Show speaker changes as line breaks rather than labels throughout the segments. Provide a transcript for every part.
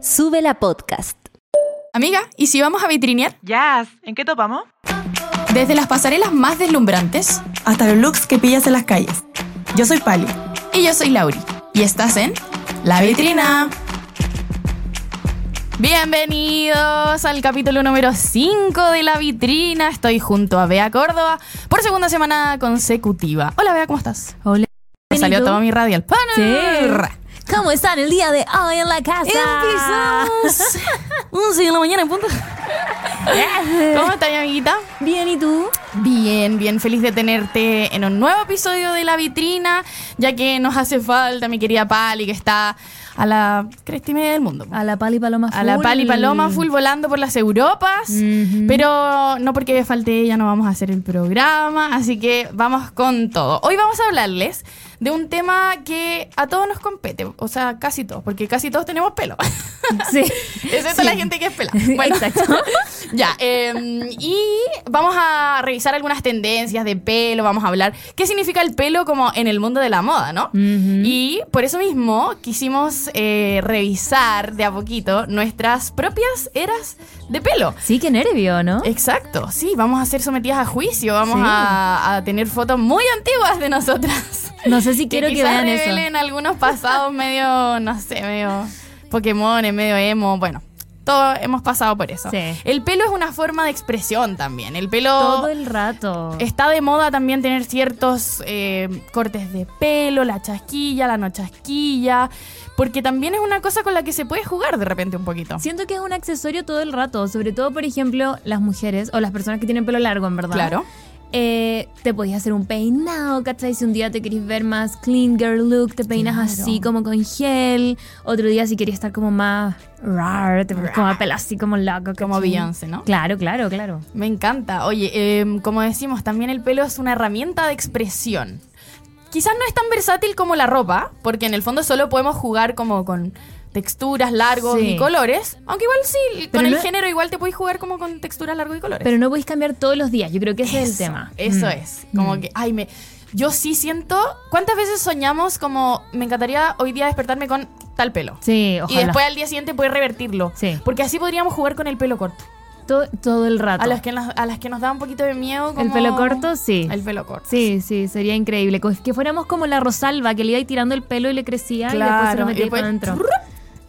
Sube la podcast.
Amiga, ¿y si vamos a vitrinear?
Jazz, ¿en qué topamos?
Desde las pasarelas más deslumbrantes.
hasta los looks que pillas en las calles. Yo soy Pali.
Y yo soy Lauri. Y estás en La Vitrina. Bienvenidos al capítulo número 5 de La Vitrina. Estoy junto a Bea Córdoba por segunda semana consecutiva. Hola Bea, ¿cómo estás?
Hola.
Me salió todo mi radial. ¡Panar!
¿Cómo están el día de hoy en la casa?
¡Empezamos!
11 de la mañana en punto.
¿Cómo estás, mi amiguita?
Bien, ¿y tú?
Bien, bien feliz de tenerte en un nuevo episodio de La Vitrina, ya que nos hace falta mi querida Pali, que está a la cresta y media del mundo.
A la pali paloma
A la Pali Paloma full volando por las Europas,
Ujú.
pero no porque falte ella no vamos a hacer el programa, así que vamos con todo. Hoy vamos a hablarles de un tema que a todos nos compete, o sea, casi todos, porque casi todos tenemos pelo.
Sí.
Excepto
Sí.
la gente que es pelada. Bueno,
Exacto.
ya, eh, y vamos a revisar algunas tendencias de pelo, vamos a hablar qué significa el pelo como en el mundo de la moda, ¿no? Y por eso mismo quisimos eh, revisar de a poquito nuestras propias eras de pelo.
Sí, qué nervio, ¿no?
Exacto, sí, vamos a ser sometidas a juicio, vamos
Sí.
a, a tener fotos muy antiguas de nosotras.
No sé si quiero que
quizás
vean eso.
revelen algunos pasados medio, no sé, medio Pokémon, medio emo, bueno. Todos hemos pasado por eso.
Sí.
El pelo es una forma de expresión también. El pelo
Todo el rato.
está de moda también tener ciertos eh, cortes de pelo, la chasquilla, la no chasquilla, porque también es una cosa con la que se puede jugar de repente un poquito.
Siento que es un accesorio todo el rato, sobre todo, por ejemplo, las mujeres o las personas que tienen pelo largo, en verdad.
Claro.
Eh, te podías hacer un peinado, ¿cachai? Si un día te querés ver más clean girl look, te peinas
Claro.
así como con gel. Otro día si querías estar como más rar, te pones como a pelo así como loco.
Como
¿cachai?
Beyoncé, ¿no?
Claro, claro, claro.
Me encanta. Oye, em, como decimos, también el pelo es una herramienta de expresión. Quizás no es tan versátil como la ropa, porque en el fondo solo podemos jugar como con texturas, largos
Sí.
y colores. Aunque igual sí,
Pero
con el
no-
género igual te puedes jugar como con texturas, largos y colores.
Pero no podéis cambiar todos los días, yo creo que ese es el
Eso,
tema.
Eso
Mm.
es. Como que, ay, me. Yo sí siento. ¿Cuántas veces soñamos como me encantaría hoy día despertarme con tal pelo?
Sí, ojalá.
Y después al día siguiente poder revertirlo.
Sí.
Porque así podríamos jugar con el pelo corto.
todo, todo el rato.
A las que, nos- a las que nos da un poquito de miedo.
El
como-
pelo corto, sí.
El pelo corto.
Sí, sí, sería increíble. Co- Que fuéramos como la Rosalba, que le iba ahí tirando el pelo y le crecía y después se lo
Claro,
metía
y
para
después-
adentro.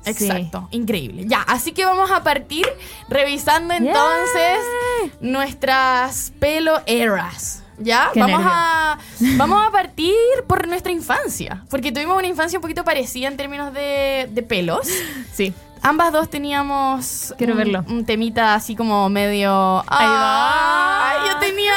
Sí.
Exacto, increíble. Ya, así que vamos a partir revisando
Yeah.
entonces nuestras pelo eras. ¿Ya?
Qué
vamos
nervio.
a, vamos a partir por nuestra infancia, porque tuvimos una infancia un poquito parecida en términos de, de pelos.
Sí.
Ambas dos teníamos
Quiero
un,
verlo.
un temita así como medio...
va.
Ay, yo tenía...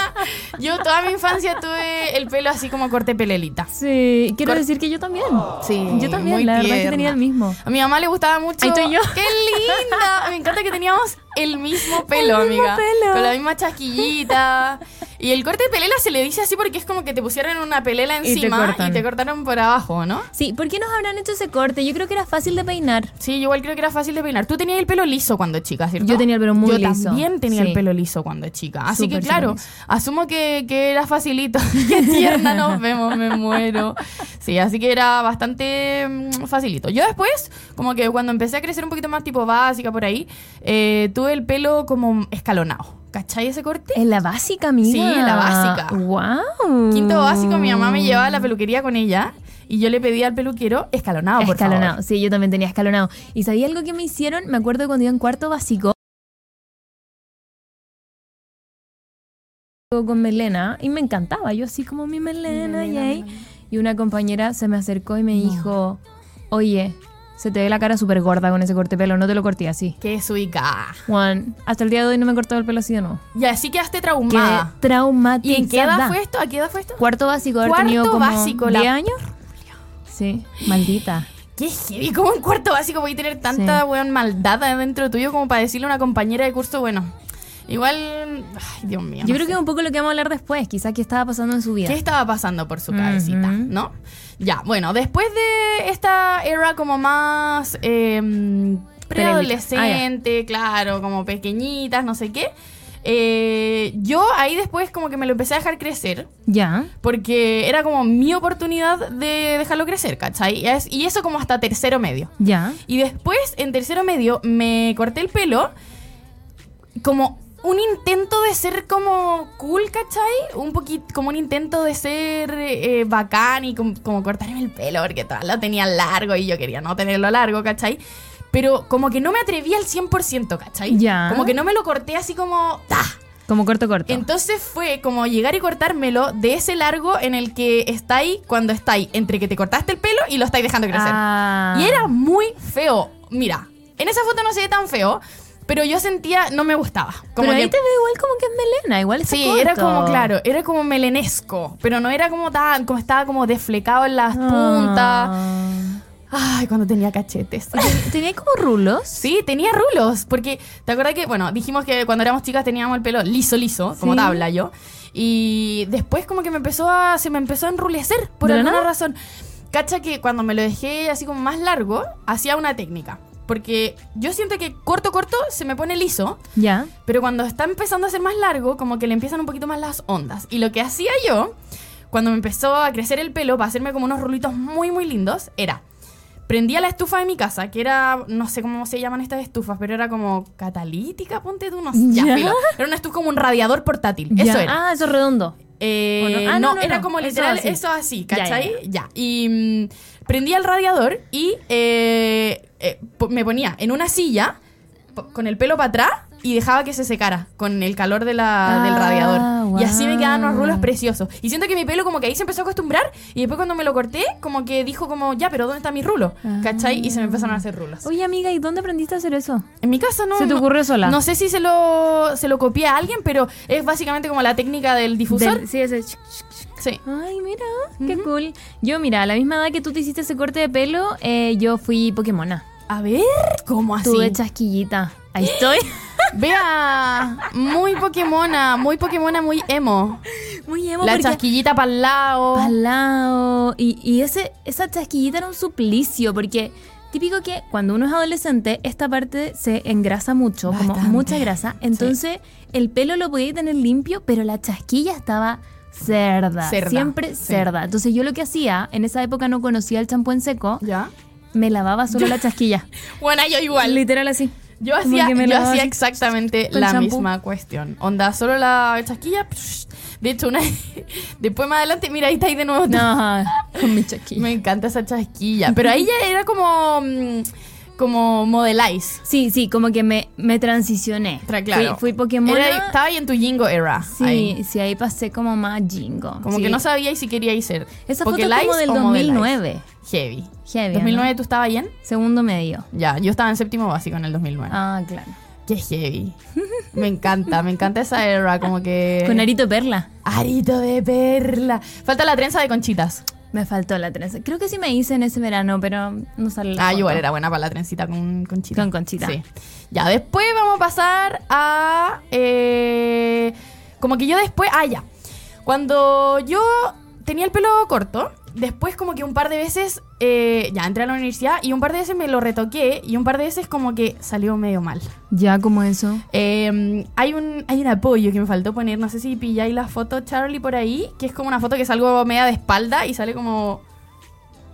Yo toda mi infancia tuve el pelo así como corte pelelita.
Sí, quiero
Cor-
decir que yo también.
Sí,
Yo también,
muy
la verdad es que
tierna.
tenía el mismo.
A mi mamá le gustaba mucho.
Ahí estoy yo.
¡Qué linda! Me encanta que teníamos el mismo pelo,
El mismo
amiga.
pelo.
Con la misma chasquillita. Y el corte de pelela se le dice así porque es como que te pusieron una pelela
te
encima y te,
cortan.
cortaron por abajo, ¿no?
Sí, ¿por qué nos habrán hecho ese corte? Yo creo que era fácil de peinar.
Sí, yo igual creo que era fácil de peinar. Tú tenías el pelo liso cuando chica, ¿cierto?
Yo tenía el pelo muy
Yo
liso.
también tenía
Sí.
el pelo liso cuando chica. Así
Súper,
que claro,
súper
asumo que, que era facilito. Qué tierna nos vemos, me muero. Sí, así que era bastante mm, facilito. Yo después, como que cuando empecé a crecer un poquito más tipo básica por ahí, eh, tuve el pelo como escalonado. ¿Cachai ese corte?
En la básica, amiga.
Sí, en la básica.
Wow.
Quinto básico, mi mamá me llevaba a la peluquería con ella y yo le pedí al peluquero escalonado, Ah, por favor.
Escalonado, sí, yo también tenía escalonado. ¿Y sabía algo que me hicieron? Me acuerdo cuando iba en cuarto básico. con melena y me encantaba, yo así como mi melena, yay. Y una compañera se me acercó y me dijo, oye, se te ve la cara súper gorda con ese corte de pelo, no te lo corté así.
Que es ubicada.
Juan, hasta el día de hoy no me he cortado el pelo así de nuevo.
Y así quedaste
Qué
traumada.
traumática.
¿Y en qué edad fue esto? ¿A qué edad fue esto?
Cuarto básico, haber
Cuarto
tenido como
básico, la-
10 años. Sí, maldita.
Qué heavy, como en cuarto básico podéis tener tanta
Sí.
weón, maldad dentro tuyo como para decirle a una compañera de curso, bueno, igual, ay, Dios mío.
Yo
no
creo que es un poco lo que vamos a hablar después, quizás qué estaba pasando en su vida.
¿Qué estaba pasando por su cabecita,
Ujú.
no? Ya, bueno, después de esta era como más em,
Ah,
eh, preadolescente, claro, como pequeñitas, no sé qué, Eh, yo ahí después como que me lo empecé a dejar crecer.
Ya.
Porque era como mi oportunidad de dejarlo crecer, ¿cachai? Y es- Y eso como hasta tercero medio.
Ya.
Y después, en tercero medio, me corté el pelo como un intento de ser como cool, ¿cachai? Un poquito, como un intento de ser eh, bacán y com- como cortarme el pelo, porque todas lo tenía largo y yo quería no tenerlo largo, ¿cachai? Pero como que no me atreví al 100%, ¿cachai?
Ya.
Como que no me lo corté así como... ¡tah!
Como corto, corto.
Entonces fue como llegar y cortármelo de ese largo en el que estáis cuando estáis entre que te cortaste el pelo y lo estáis dejando crecer.
Ah.
Y era muy feo. Mira, en esa foto no se ve tan feo, pero yo sentía, no me gustaba. Como
Pero ahí
que-
te veo igual como que es melena, igual está
Sí,
corto.
era como, claro, era como melenesco, pero no era como tan, como estaba como desflecado en las puntas.
Ah.
Ay, cuando tenía cachetes.
Ten- Tenía como rulos.
Sí, tenía rulos, porque te acuerdas que, bueno, dijimos que cuando éramos chicas teníamos el pelo liso, liso, como
Sí.
tabla yo. Y después como que me empezó a, se me empezó a enrulecer por
¿De la
alguna
nada?
razón. Cacha que cuando me lo dejé así como más largo, hacía una técnica. Porque yo siento que corto, corto, se me pone liso.
Ya.
Pero cuando está empezando a ser más largo, como que le empiezan un poquito más las ondas. Y lo que hacía yo, cuando me empezó a crecer el pelo, para hacerme como unos rulitos muy, muy lindos, era. Prendía la estufa de mi casa, que era, no sé cómo se llaman estas estufas, pero era como catalítica, ponte tú, no sé, ya,
Ya.
filo. Era una estufa como un radiador portátil,
Ya.
eso era.
Ah, eso es redondo.
Eh,
¿O no? Ah,
no,
no, no,
era
no.
como
Eso
literal,
así.
eso así,
Ya, ya,
¿cachai? Ya, Y mm, prendía el radiador y eh, eh, po- me ponía en una silla po- con el pelo para atrás y dejaba que se secara con el calor de la- del
Ah,
radiador. Y así me quedaban unos
guau.
rulos preciosos. Y siento que mi pelo como que ahí se empezó a acostumbrar y después cuando me lo corté como que dijo como, ya, pero ¿dónde está mi rulo?
Ah.
¿Cachai? Y se me empezaron a hacer rulos.
Oye, amiga, ¿y dónde aprendiste a hacer eso?
En mi casa no.
¿Se te
no-
ocurrió sola?
No sé si se lo, se lo copié a alguien, pero es básicamente como la técnica del difusor.
Del- sí, ese ch- ch- ch-
Sí.
Ay, mira, qué cool. Yo, mira, a la misma edad que tú te hiciste ese corte de pelo, eh, yo fui Pokémona.
A ver, ¿cómo así?
Tuve chasquillita. Ahí estoy.
Vea, muy Pokémona, muy Pokémona, muy emo.
Muy emo
La
porque-
chasquillita para el lado.
Palao. Y, y ese, esa chasquillita era un suplicio, porque típico que cuando uno es adolescente, esta parte se engrasa mucho, como
Bastante.
mucha grasa. Entonces, el pelo lo podía tener limpio, pero la chasquilla estaba cerda.
Cerda,
Siempre
sí.
cerda. Entonces, yo lo que hacía, en esa época no conocía el champú en seco,
¿Ya?
me lavaba solo la chasquilla.
Bueno, yo igual.
Literal así.
Yo
Como
hacía,
que me
yo
lavaba
hacía
así.
exactamente
Con
la
champú.
misma cuestión. Onda, solo la chasquilla. psh. De hecho, una después más adelante, mira, ahí está ahí de nuevo. tú.
No, con mi chasquilla.
Me encanta esa chasquilla. Pero ahí ya era como, mm, como modeláis.
Sí, sí, como que me, me transicioné.
Tra- Claro.
Fui, fui Pokémon.
Era- estaba ahí en tu Jingo era.
Sí,
ahí.
sí, ahí pasé como más jingo.
Como
Sí.
que no sabíais si queríais ser.
Esa foto es
Pokélice
como del
o modeláis.
2009.
Heavy.
Heavy,
¿2009
¿no?
tú estabas bien?
Segundo medio.
Ya, yo estaba en séptimo básico en el 2009.
Ah, claro.
Qué heavy. Me encanta, me encanta esa era, como que...
Con arito de perla.
Arito de perla. Falta la trenza de conchitas.
Me faltó la trenza. Creo que sí me hice en ese verano, pero no sale la
Ah,
foto.
igual era buena para la trencita con conchita.
Con Conchita.
Sí. Ya, después vamos a pasar a... eh, como que yo después... Ah, ya. Cuando yo tenía el pelo corto, después como que un par de veces... eh, ya, entré a la universidad y un par de veces me lo retoqué y un par de veces como que salió medio mal.
Ya, como eso.
Eh, hay, un, hay un apoyo que me faltó poner, no sé si pilláis la foto, Charlie, por ahí, que es como una foto que salgo media de espalda y sale como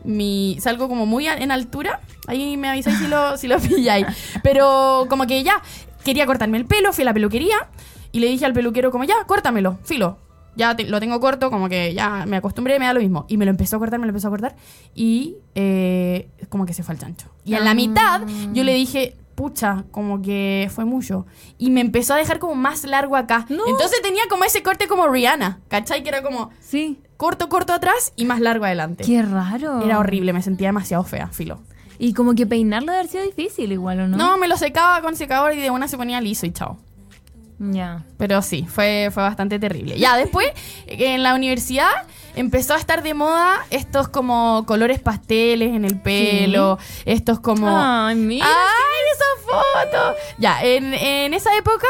mi. salgo como muy a- en altura. Ahí me avisáis si lo, si lo pilláis. Pero como que ya, quería cortarme el pelo, fui a la peluquería y le dije al peluquero como ya, córtamelo, filo. Ya te- lo tengo corto, como que ya me acostumbré, me da lo mismo. Y me lo empezó a cortar, me lo empezó a cortar. Y eh, como que se fue al chancho. Y en la
Ah.
mitad yo le dije, pucha, como que fue mucho. Y me empezó a dejar como más largo acá.
No.
Entonces tenía como ese corte como Rihanna, ¿cachai? Que era como
Sí.
corto, corto atrás y más largo adelante.
Qué raro.
Era horrible, me sentía demasiado fea, filo.
Y como que peinarlo debe haber sido difícil igual, ¿o no?
No, me lo secaba con secador y de una se ponía liso y chao.
Ya.
Pero sí, fue, fue bastante terrible. Ya después, eh, en la universidad, empezó a estar de moda estos como colores pasteles en el pelo, estos como...
Ay, mira.
¡Ay, esa foto! Ya, en, en esa época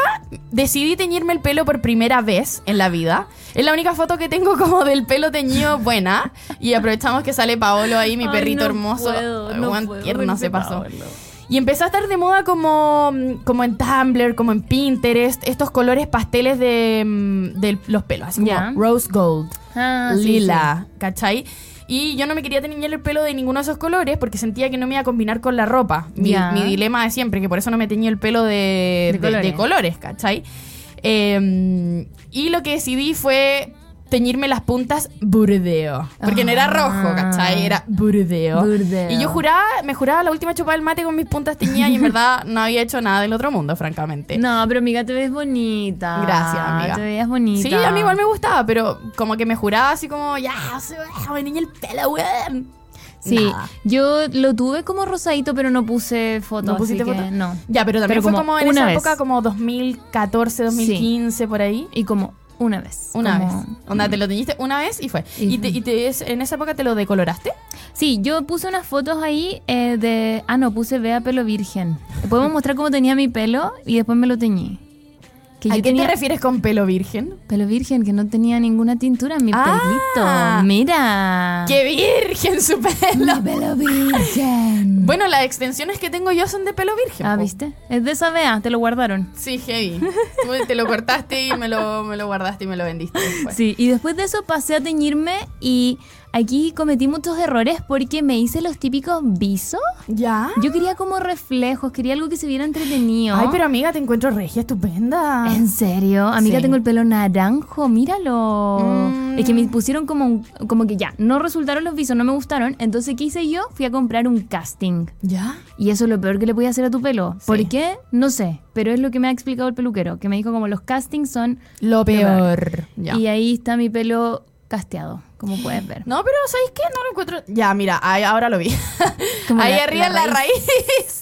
decidí teñirme el pelo por primera vez en la vida. Es la única foto que tengo como del pelo teñido buena. Y aprovechamos que sale Paolo ahí, mi
Ay,
perrito
no
hermoso.
puedo,
Ay,
no
weón,
puedo
tierno
con
se
ese
pasó.
Paolo.
Y empezó a estar de moda como, como en Tumblr, como en Pinterest, estos colores pasteles de, mm, de los pelos, así como
Ya.
rose gold,
Ah, sí,
lila, ¿cachai? Y yo no me quería teñir el pelo de ninguno de esos colores porque sentía que no me iba a combinar con la ropa. Mi,
Ya.
mi dilema de siempre, que por eso no me teñí el pelo de,
De
de- de
colores.
colores. ¿cachai? Eh, y lo que decidí fue teñirme las puntas burdeo. Porque no era rojo, ¿cachai? Era burdeo.
Ah. Burdeo.
Y yo juraba, me juraba la última chupada del mate con mis puntas teñidas y en verdad no había hecho nada del otro mundo, francamente.
No, pero amiga, te ves bonita.
Gracias, amiga.
Te veías bonita.
Sí, a mí igual me gustaba, pero como que me juraba así como, ya, se me niña el pelo, weón.
Sí,
Nada.
yo lo tuve como rosadito, pero no puse foto.
¿No pusiste
así que
foto?
No.
Ya, pero también
Pero
fue
como
como en
una
esa
vez.
época, como 2014, 2015, por ahí.
Y como una vez.
Una
como-
vez. Onda, te lo teñiste una vez y fue.
Y
¿Y, te,
fue.
y te- es- en esa época te lo decoloraste?
Sí, yo puse unas fotos ahí eh, de. Ah, no, puse Vea pelo virgen. Podemos mostrar cómo tenía mi pelo y después me lo teñí. Que
¿A
yo
qué
tenía
te refieres con pelo virgen?
pelo virgen, que no tenía ninguna tintura en mi
Ah.
pelito. Mira.
¡Qué virgen su pelo!
Mi pelo virgen.
Bueno, las extensiones que tengo yo son de pelo virgen.
Ah,
po.
¿viste? Es de esa Vea, te lo guardaron.
Sí, heavy. Tú te lo cortaste y me lo, me lo guardaste y me lo vendiste. después.
Sí, y después de eso pasé a teñirme y aquí cometí muchos errores porque me hice los típicos visos.
¿Ya?
Yo quería como reflejos, quería algo que se viera entretenido.
Ah. Ay, pero amiga, te encuentro regia estupenda.
¿En serio? Amiga,
Sí.
tengo el pelo naranjo, míralo.
Mm.
Es que me pusieron como, un- como que ya, no resultaron los visos, no me gustaron. Entonces, ¿qué hice yo? Fui a comprar un casting.
¿Ya?
Y eso es lo peor que le podía hacer a tu pelo.
Sí.
¿Por qué? No sé, pero es lo que me ha explicado el peluquero, que me dijo como los castings son...
Lo
peor.
peor. Ya.
Y ahí está mi pelo casteado, como puedes ver.
No, pero ¿sabéis qué? No lo encuentro. Ya, mira, ahí- ahora lo vi.
Como
ahí
la-
arriba
la
la raíz.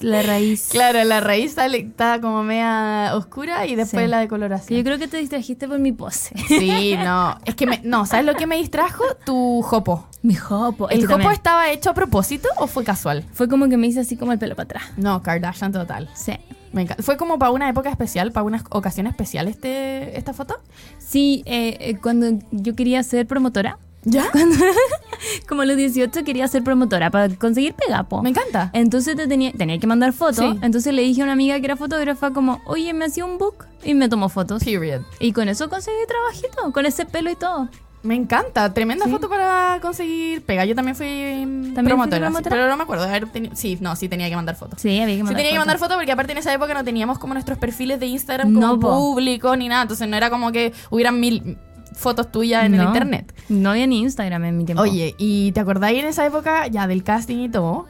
La raíz.
claro, la raíz está, está como media oscura y después
Sí.
la
Que yo
decoloración.
creo que te distrajiste por mi pose.
Sí, no. Es que me, no, ¿sabes lo que me distrajo? Tu jopo.
Mi jopo. es
¿El
que
jopo
también
estaba hecho a propósito o fue casual?
Fue como que me hice así como el pelo para atrás.
No, Kardashian total.
Sí.
Me encanta. ¿Fue como para una época especial, para una ocasión especial este, esta foto?
Sí, eh, eh, cuando yo quería ser promotora,
¿Ya?
como a los 18 quería ser promotora para conseguir pegapo.
Me encanta.
Entonces te tenía, tenía que mandar fotos.
Sí.
Entonces le dije a una amiga que era fotógrafa como, oye, me hacía un book y me tomó fotos.
Period.
Y con eso conseguí trabajito, con ese pelo y todo.
Me encanta, tremenda foto para conseguir pega. Yo también fui mm,
fui
promotora, sí,
promotora?
pero no me acuerdo de haber tenido- Sí, no, sí tenía que mandar fotos.
Sí, había que
Sí
mandar
tenía que mandar
fotos.
fotos porque aparte en esa época no teníamos como nuestros perfiles de Instagram como
No, po.
público ni nada, entonces no era como que hubieran mil fotos tuyas en el
No,
internet.
No había ni Instagram en mi tiempo.
Oye, ¿y te acordáis en esa época ya del casting y todo?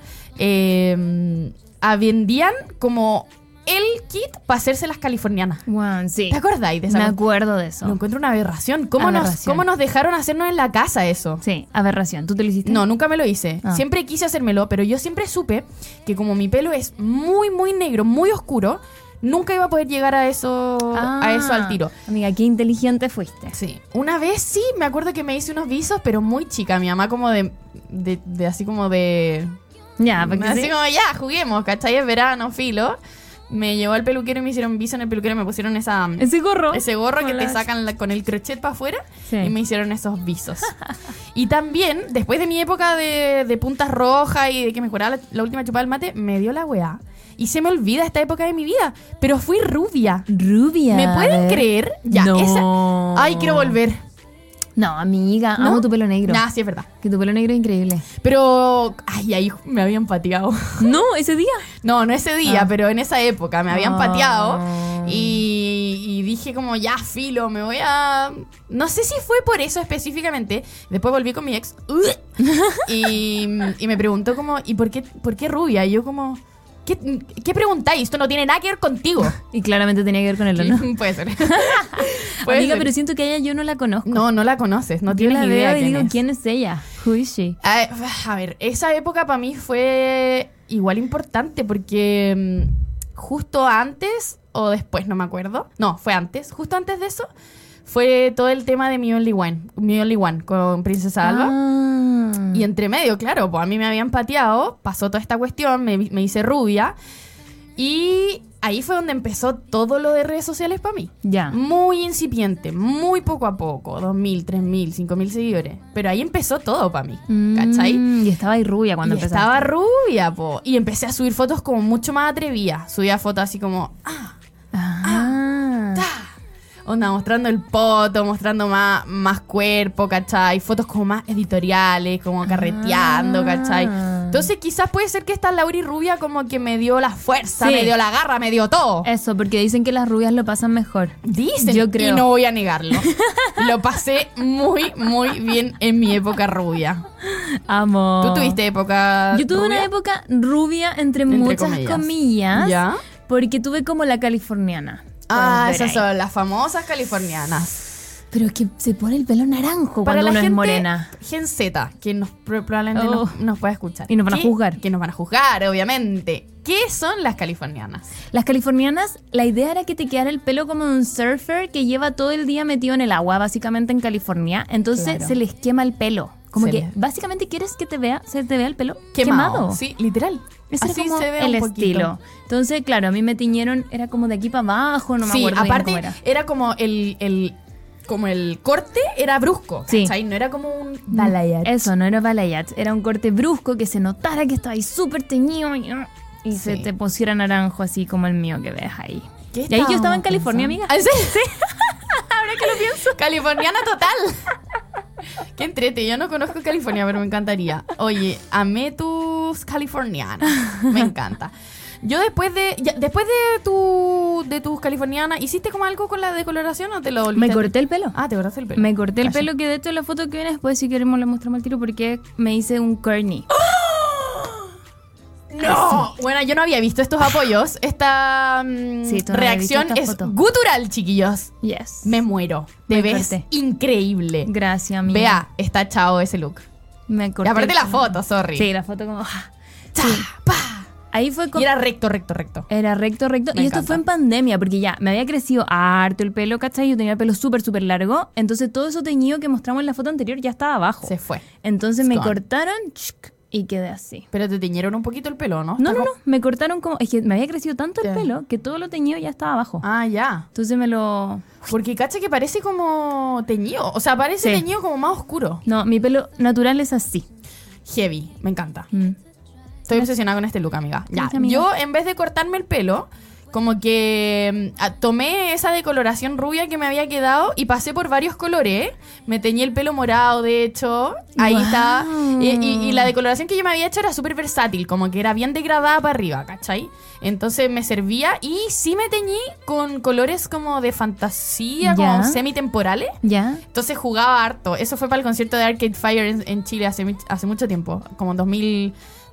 Eh, ah, vendían como el kit para hacerse las californianas.
Juan, sí.
¿Te acordáis de esa
Me
cuestión?
acuerdo de
Lo
eso.
encuentro una aberración. ¿Cómo, Nos,
Aberración.
¿Cómo nos dejaron hacernos en la casa eso?
Sí, aberración. ¿Tú te lo hiciste?
No, nunca me lo hice.
Ah.
Siempre quise hacérmelo, pero yo siempre supe que como mi pelo es muy, muy negro, muy oscuro, nunca iba a poder llegar a eso, a
Ah.
eso al tiro.
Amiga, qué inteligente fuiste.
Sí. Una vez sí, me acuerdo que me hice unos visos, pero muy chica. Mi mamá como de, de, de así como de...
Ya, Ah, porque
Mm, así
sí.
como, ya, juguemos, ¿cachai? Es verano, filo. Me llevó al peluquero y me hicieron viso en el peluquero y me pusieron esa...
Ese gorro.
Ese gorro
Con
que te
las-
sacan la- con el crochet para afuera
Sí.
y me hicieron esos visos. y también, después de mi época de, de puntas rojas y de que me curaba la, la última chupada del mate, me dio la weá. Y se me olvida esta época de mi vida, pero fui rubia.
Rubia.
¿Me
a
pueden
ver.
creer? Ya,
No.
esa. Ay, quiero volver.
No, amiga,
¿No?
amo tu pelo negro.
Nah, sí, es verdad.
Que tu pelo negro es increíble.
Pero, ay, ahí me habían pateado.
No, ese día.
No, no ese día,
Ah.
pero en esa época me habían
Ah.
pateado y, y dije como ya filo, me voy a... No sé si fue por eso específicamente. Después volví con mi ex y, y me preguntó como, ¿y por qué, por qué rubia? Y yo como, ¿qué, qué preguntáis? Esto no tiene nada que ver contigo.
Y claramente tenía que ver con el honor.
Puede ser. Puede
Amiga,
ser.
pero siento que a ella yo no la conozco.
No, no la conoces, no
yo
tienes
la
idea
veo y
quién
digo,
es.
¿quién es ella? Who is she?
A, Ah, a ver, esa época para mí fue igual importante porque mm, justo antes o después, no me acuerdo. No, fue antes. Justo antes de eso fue todo el tema de Mi Only One, Mi Only One con Princesa Alba.
Ah.
Y entre medio, claro, pues a mí me habían pateado, pasó toda esta cuestión, me, me hice rubia y ahí fue donde empezó todo lo de redes sociales para mí.
Ya.
Muy incipiente, muy poco a poco, 2.000, 3.000, 5.000 seguidores. Pero ahí empezó todo para mí, ¿cachai?
Mm, y estaba ahí rubia cuando
y
empezaba.
estaba rubia, po. Y empecé a subir fotos como mucho más atrevida. Subía fotos así como, ah,
Ah.
onda, mostrando el poto, mostrando más, más cuerpo, ¿cachai? Fotos como más editoriales, como carreteando,
Ah.
¿cachai? Entonces quizás puede ser que esta Lauri rubia como que me dio la fuerza,
Sí.
me dio la garra, me dio todo.
Eso, porque dicen que las rubias lo pasan mejor.
Dicen,
Yo creo.
y no voy a negarlo. Lo pasé muy, muy bien en mi época rubia.
Amo.
¿Tú tuviste época
Oh. Yo tuve una
rubia?
época rubia entre, muchas comillas.
¿Ya?
Porque tuve como la californiana.
Ah,
Puedes ver
esas
ahí.
son las famosas californianas.
Pero es que se pone el pelo naranjo cuando uno es morena.
Gen Z, que nos, pro- probablemente
Oh.
nos, nos pueda escuchar.
Y nos van a
¿Qué-
juzgar.
Que nos van a juzgar, obviamente. ¿Qué son las californianas?
Las californianas, la idea era que te quedara el pelo como de un surfer que lleva todo el día metido en el agua, básicamente en California. Entonces
Claro.
se les quema el pelo. Como
Se
que
les-
básicamente quieres que te vea, se te vea el pelo
Quemado.
quemado.
Sí, literal.
Ese era
Así
como
se ve
el
un poquito.
estilo. Entonces, claro, a mí me tiñeron, era como de aquí para abajo, no me
sí,
acuerdo bien
aparte
cómo
era.
era.
como el, el como el corte era brusco,
Sí.
¿cachai? No era como un
Eso, no era balayage, era un corte brusco que se notara que estaba ahí súper teñido y, y se
Sí.
te pusiera naranjo así como el mío que ves ahí.
¿Qué
Y ahí yo estaba en
estábamos
California,
pensando?
amiga.
Ah, sí, sí. Ahora que lo pienso. Californiana total. Qué entrete, yo no conozco California, pero me encantaría. Oye, amé tus californianas. Me encanta. Yo después de ya- después de tu de tus californianas, ¿hiciste como algo con la decoloración o te lo
Me
olvidaste?
corté el pelo.
Ah, te cortaste el pelo.
Me corté el
Calla.
pelo que de hecho la foto que viene después si queremos la mostramos al tiro porque me hice un corny.
No. Bueno, yo no había visto estos apoyos. Esta mm,
Sí, tú no habías visto
reacción
esta
es
foto.
gutural, chiquillos.
Yes.
Me muero. Te
Me
ves
corté.
increíble.
Gracias, amiga.
Vea, está chao ese look.
Me corté
y aparte
el
la
pelo.
foto, sorry.
Sí, la foto como ah.
Cha, pa.
Ahí fue con-
Y era recto, recto, recto.
Era recto, recto.
Me
y esto
encanta.
fue en pandemia, porque ya me había crecido harto el pelo, ¿cachai? Yo tenía el pelo súper, súper largo. Entonces todo eso teñido que mostramos en la foto anterior ya estaba abajo.
Se fue.
Entonces me
Gone.
cortaron chk, y quedé así.
Pero te teñieron un poquito el pelo, ¿no?
No,
Está
no, no.
como-
Me cortaron como. Es que me había crecido tanto
Ya.
el pelo que todo lo teñido ya estaba abajo.
Ah, ya.
Entonces me lo.
Porque cacha que parece como teñido. O sea, parece
Sí.
teñido como más oscuro.
No, mi pelo natural es así.
Heavy. Me encanta.
Mm.
Estoy obsesionada con este look, amiga. Ya.
Gracias, amiga.
Yo, en vez de cortarme el pelo, como que mm, ah, tomé esa decoloración rubia que me había quedado y pasé por varios colores. Me teñí el pelo morado, de hecho. Ahí
Guau.
está. Y, y- y la decoloración que yo me había hecho era súper versátil, como que era bien degradada para arriba, ¿cachai? Entonces me servía y sí me teñí con colores como de
Ya.
fantasía, como semitemporales.
¿Ya?
Entonces jugaba harto. Eso fue para el concierto de Arcade Fire en, en Chile hace, mi- hace mucho tiempo, como en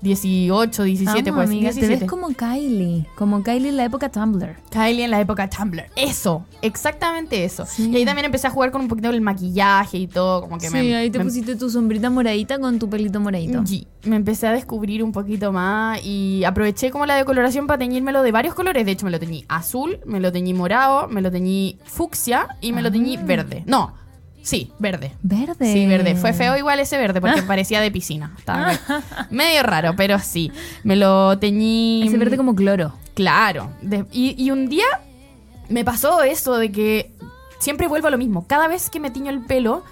2018, 17,
Vamos,
pues.
Ah, amiga, te
17.
ves como Kylie. Como Kylie en la época Tumblr.
Kylie en la época Tumblr. Eso, exactamente eso.
Sí.
Y ahí también empecé a jugar con un poquito el maquillaje y todo, como que
Sí,
me.
ahí te
me- Mm,
pusiste tu sombrita moradita con tu pelito moradito.
Sí, me empecé a descubrir un poquito más y aproveché como la decoloración para teñírmelo de varios colores. De hecho, me lo teñí azul, me lo teñí morado, me lo teñí fucsia y me lo
Ah.
teñí verde. No, sí, verde.
Verde.
Sí, verde. Fue feo igual ese verde
Ah.
porque parecía de piscina. Estaba medio raro, pero sí. Me lo teñí.
Ese verde como cloro.
Claro. De- y, y un día me pasó eso de que siempre vuelvo a lo mismo. Cada vez que me tiño el pelo,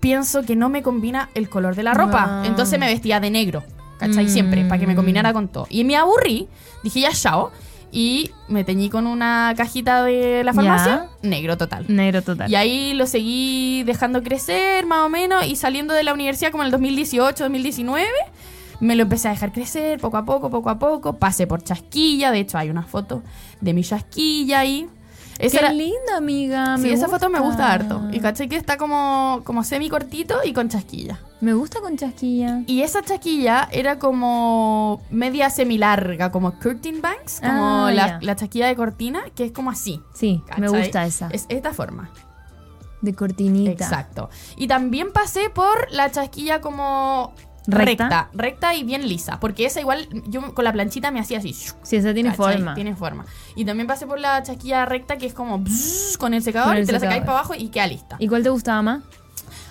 pienso que no me combina el color de la ropa.
Ah.
Entonces me vestía de negro. ¿Cachai?
Mm.
Siempre, para que me combinara con todo. Y me aburrí, dije ya chao. Y me teñí con una cajita de la farmacia, negro total.
Negro total.
Y ahí lo seguí dejando crecer más o menos y saliendo de la universidad como en el 2018, 2019, me lo empecé a dejar crecer poco a poco, poco a poco, pasé por chasquilla, de hecho hay una foto de mi chasquilla ahí. Esa
Qué
era-
linda, amiga.
sí,
me
esa
gusta.
foto me gusta harto. Y caché que está como, como semi cortito y con chasquilla.
Me gusta con chasquilla.
Y esa chasquilla era como media semi larga, como curtain banks, como
Ah,
la,
ya.
la chasquilla de cortina, que es como así.
Sí, me
¿cachai?
gusta esa.
Es esta forma.
De cortinita.
Exacto. Y también pasé por la chasquilla como
Recta.
recta, recta y bien lisa, porque esa igual yo con la planchita me hacía así. shuk,
Sí, esa tiene
¿cachai?
forma.
Tiene forma. Y también pasé por la chasquilla recta que es como bzz, con el secador
Con el
y te la sacáis
secador.
para abajo y queda lista.
¿Y cuál te gustaba más?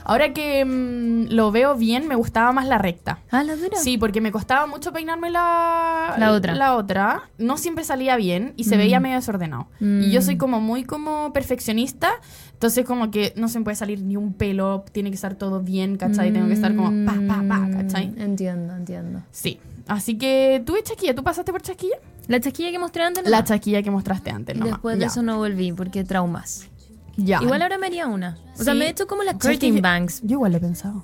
Ahora que mm, lo veo bien, me gustaba más la recta.
Ah, la dura.
Sí, porque me costaba mucho peinarme la,
La otra.
La otra. No siempre salía bien y se veía medio desordenado.
Mm.
Y yo soy como muy como perfeccionista, entonces como que no se me puede salir ni un pelo, tiene que estar todo bien, ¿cachai? Tengo que estar como pa, pa, pa, ¿cachai?
Mm, Entiendo, entiendo.
Sí. Así que tuve chasquilla. ¿Tú pasaste por chasquilla?
La chasquilla que mostré antes.
La
nomás.
chasquilla que mostraste antes,
Y
¿no?
Después de eso no volví porque traumas.
Ya.
Igual ahora me haría una. O sea,
Sí.
me he hecho como la
¿Sabes
curtain
qué?
bangs.
Yo igual lo he pensado.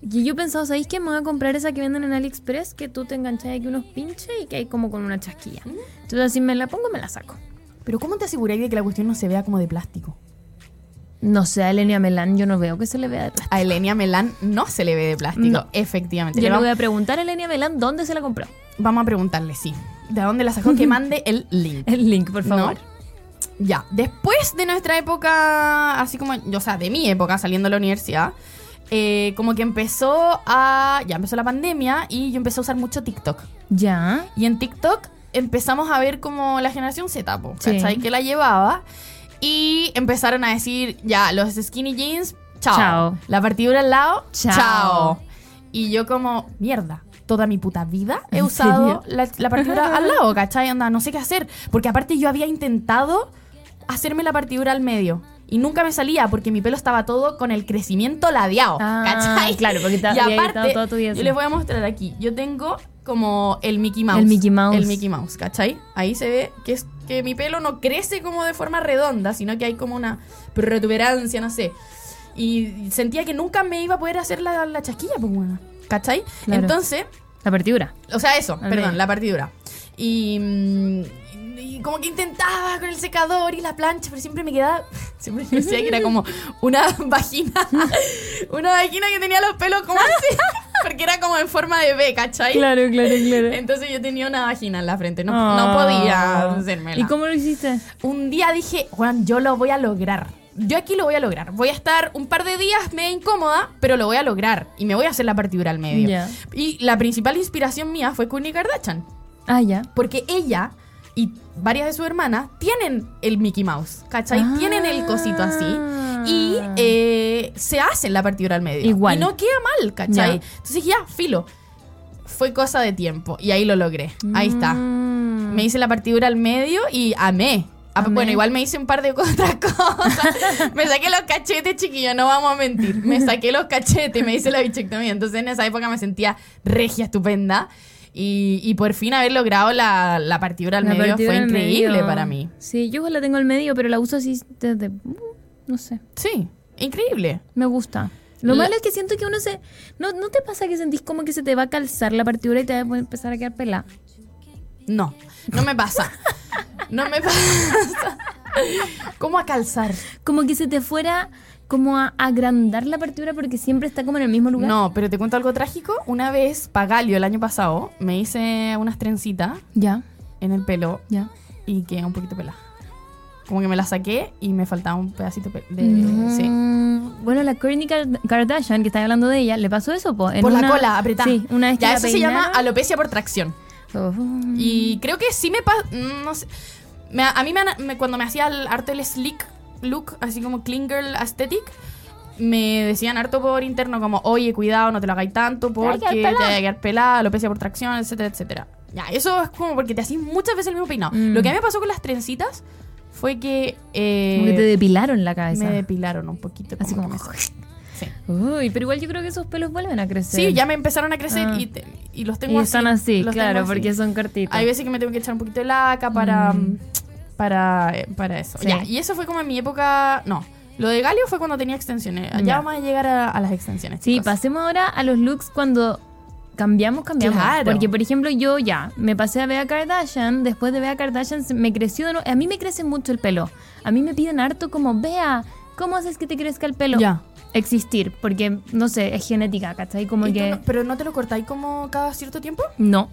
Y yo he pensado, ¿sabéis que me voy a comprar esa que venden en AliExpress? Que tú te enganchas aquí unos pinches y que hay como con una chasquilla.
Mm.
Entonces, así me la pongo, me la saco.
Pero ¿cómo te aseguráis de que la cuestión no se vea como de plástico?
No sé, a Elenia Melán yo no veo que se le vea de plástico.
A Elenia Melán no se le ve de plástico,
No.
efectivamente.
Yo
Le
le
vam-
voy a preguntar a Elenia Melán dónde se la compró.
Vamos a preguntarle, sí. ¿De dónde la sacó? Que mande el link.
El link, por favor.
¿No? Ya, después de nuestra época, así como, o sea, de mi época saliendo de la universidad, eh, como que empezó a, ya empezó la pandemia y yo empecé a usar mucho TikTok.
Ya.
Y en TikTok empezamos a ver como la generación Z, po,
Sí.
¿cachai? Que la llevaba. Y empezaron a decir, ya, los skinny jeans, chao.
Chao.
La partidura al lado,
Chao.
chao. Y yo como, mierda. Toda mi puta vida he
¿En serio?
usado la, la partidura al lado, ¿cachai? Onda, no sé qué hacer. Porque aparte yo había intentado hacerme la partidura al medio. Y nunca me salía porque mi pelo estaba todo con el crecimiento ladeado.
Ah,
¿Cachai?
claro, porque te
y
había
aparte,
editado todo tu día
yo
así.
les voy a mostrar aquí. Yo tengo como el Mickey Mouse.
El Mickey Mouse.
El Mickey Mouse, ¿cachai? Ahí se ve que es que mi pelo no crece como de forma redonda, sino que hay como una protuberancia, no sé. Y sentía que nunca me iba a poder hacer la, la chasquilla, pues bueno. ¿Cachai?
Claro.
Entonces,
La partidura.
o sea, eso,
Al
perdón,
medio.
la partidura. Y, mm, y como que intentaba con el secador y la plancha, pero siempre me quedaba. Siempre me decía que era como una vagina. Una vagina que tenía los pelos como así. Porque era como en forma de B, ¿cachai?
claro, claro. Ah.
Entonces yo tenía una vagina en la frente. No, no podía hacérmela.
¿Y cómo lo hiciste?
Un día dije, Juan, yo lo voy a lograr. Yo aquí lo voy a lograr. Voy a estar un par de días medio incómoda, pero lo voy a lograr. Y me voy a hacer la partidura al medio.
Ya.
Y la principal inspiración mía fue Kourtney Kardashian.
Ah, ya.
Porque ella y varias de sus hermanas tienen el Mickey Mouse, ¿cachai?
Ah.
Tienen el cosito así. Y eh, se hacen la partidura al medio.
Igual.
Y no queda mal, ¿cachai?
Ya.
Entonces dije, ya, filo. Fue cosa de tiempo. Y ahí lo logré. Ahí está.
Mm.
Me hice la partidura al medio y amé. Ah,
Amé.
Bueno, igual me hice un par de otras cosas. me saqué los cachetes, chiquillo, no vamos a mentir. Me saqué los cachetes y me hice la bichectomía. Entonces en esa época me sentía regia, estupenda. Y, y por fin haber logrado la, la partidura al
La
medio
partidura
fue
al
increíble
medio.
para mí.
Sí, yo la tengo al medio, pero la uso así desde. uh, No sé.
Sí, increíble.
Me gusta. Lo
La-
malo es que siento que uno se. ¿No, ¿No te pasa que sentís como que se te va a calzar la partidura y te va a empezar a quedar pelada?
No, no me pasa. No me pasa. ¿Cómo a calzar?
Como que se te fuera como a agrandar la partidura porque siempre está como en el mismo lugar.
No, pero te cuento algo trágico. Una vez, Pagalio, el año pasado, me hice unas trencitas
Ya,
en el pelo
ya.
y quedé un poquito pelada. Como que me la saqué y me faltaba un pedacito pe- de...
No.
sí.
Mm, Bueno, la Kourtney Kar- Kardashian, que estás hablando de ella, le pasó eso, po, en
Por la
una-
cola, apretada.
Sí, una vez que
ya,
la
eso se llama
peinaron-
alopecia por tracción.
Oh.
Y creo que sí me pasa... No sé. Me- a mí me, han- me- cuando me hacía el arte el slick look, así como clean girl aesthetic, me decían harto por interno como, oye, cuidado, no te lo hagáis tanto
va a
porque
quedar
te va
pelada".
a quedar pelada, alopecia por tracción, etcétera, etcétera. Ya, eso es como porque te hacís muchas veces el mismo peinado.
Mm.
Lo que a mí me pasó con las trencitas fue que...
Como que
eh,
te depilaron la cabeza.
me depilaron un poquito.
Así como.
que me- Sí.
Uy, pero igual yo creo que esos pelos vuelven a crecer.
Sí, ya me empezaron a crecer
Ah.
y, te- y los
Y
tengo
están así,
los
claro,
tengo así.
porque son cortitos.
Hay veces que me tengo que echar un poquito de laca para. Para, eh, para eso.
Sí.
Ya, y eso fue como en mi época. No, lo de Galio fue cuando tenía extensiones. Ya,
Ya.
vamos a llegar a, a las extensiones.
Sí,
chicos.
pasemos ahora a los looks cuando cambiamos, cambiamos.
Claro.
Porque, por ejemplo, yo ya me pasé a Bea Kardashian, después de Bea Kardashian se- me creció de nuevo. A mí me crece mucho el pelo. A mí me piden harto como, Bea, ¿cómo haces que te crezca el pelo?
Ya.
Existir, porque, no sé, es genética, ¿cachai? Como
¿Y tú
que...
no- ¿Pero no te lo cortáis como cada cierto tiempo?
No.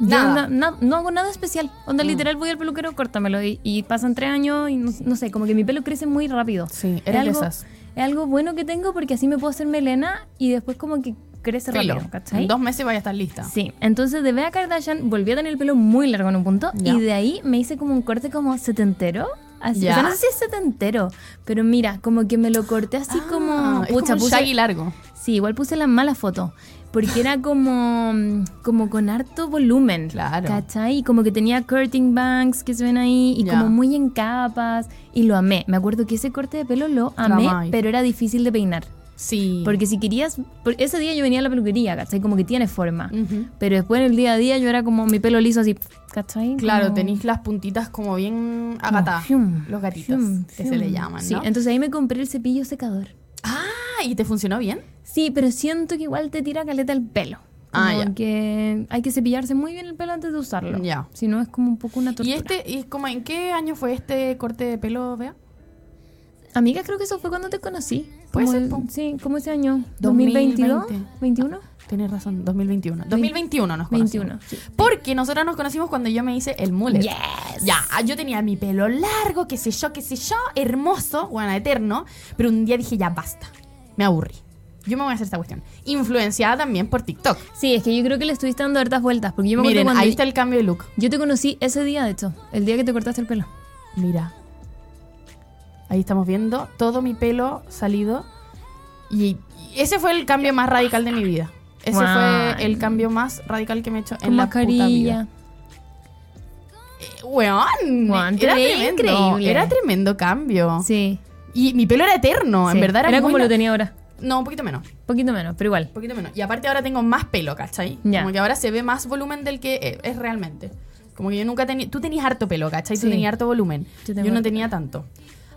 Yo
Nada. Mm.
na- na- no hago nada especial. Onda, literal, voy al peluquero, córtamelo. Y, y pasan tres años y no, no sé, como que mi pelo crece muy rápido.
Sí,
Es
eres de
algo-
esas.
Es algo bueno que tengo porque así me puedo hacer melena y después como que crece
Filo.
rápido, ¿cachai?
En dos meses vaya a estar lista.
Sí, entonces de Bea Kardashian volví a tener el pelo muy largo en un punto
Ya.
y de ahí me hice como un corte como setentero Así,
Ya.
O sea, no sé si es setentero, pero mira, como que me lo corté así como.
Ah, es
Pucha,
como un
puse-
shaggy largo.
Sí, igual puse la mala foto. Porque era como, como con harto volumen.
Claro.
¿Cachai? Y como que tenía curting bangs que se ven ahí. Y
Ya.
como muy en capas. Y lo amé. Me acuerdo que ese corte de pelo lo amé,
amáis.
pero era difícil de peinar.
Sí.
Porque si querías. por- ese día yo venía a la peluquería, ¿cachai? Como que tiene forma.
Ujú.
Pero después en el día a día yo era como mi pelo liso así, ¿cachai?
Claro,
Como-
tenéis las puntitas como bien agatadas.
Fium,
los gatitos,
fium,
que se
fium.
le llaman,
Sí,
¿no?
entonces ahí me compré el cepillo secador.
ah, ¿y te funcionó bien?
Sí, pero siento que igual te tira caleta el pelo.
Ah,
Como
ya.
que hay que cepillarse muy bien el pelo antes de usarlo.
Ya.
Si no, es como un poco una tortura.
¿Y este, y como en qué año fue este corte de pelo, Bea?
Amiga, creo que eso fue cuando te conocí.
Puede
Como
ser,
el-
po.
Sí, como ese año.
2020.
2022, 21.
Tienes razón, 2021. 2021 nos conocimos.
21. sí.
Porque nosotras nos conocimos cuando yo me hice el mullet.
Yes.
Ya, ah, yo tenía mi pelo largo, qué sé yo, qué sé yo, hermoso, bueno, eterno, pero un día dije ya basta, me aburrí. Yo me voy a hacer esta cuestión. Influenciada también por TikTok.
Sí, es que yo creo que le estuviste dando hartas vueltas. Porque yo me acuerdo
Miren,
cuando
ahí está el cambio de look.
yo te conocí ese día, de hecho. El día que te cortaste el pelo.
Mira. Ahí estamos viendo todo mi pelo salido. Y y ese fue el cambio más radical de mi vida. Ese
Guau.
fue el cambio más radical que me he hecho
Con
en la puta vida.
mascarilla.
Eh, Weón,
Weón, te
era
veía
tremendo,
increíble.
era tremendo cambio.
Sí.
Y mi pelo era eterno,
sí.
en verdad era, muy
como
na-
lo tenía ahora.
No, un poquito menos, un
Poquito menos, pero igual.
poquito menos. Y aparte ahora tengo más pelo, ¿cachai?
Ya.
Como que ahora se ve más volumen del que e- es realmente. Como que yo nunca tenía, tú tenías harto pelo, ¿cachai? Tú
Sí.
tenías harto volumen.
Yo
Yo,
tengo
no
harto
tenía tanto.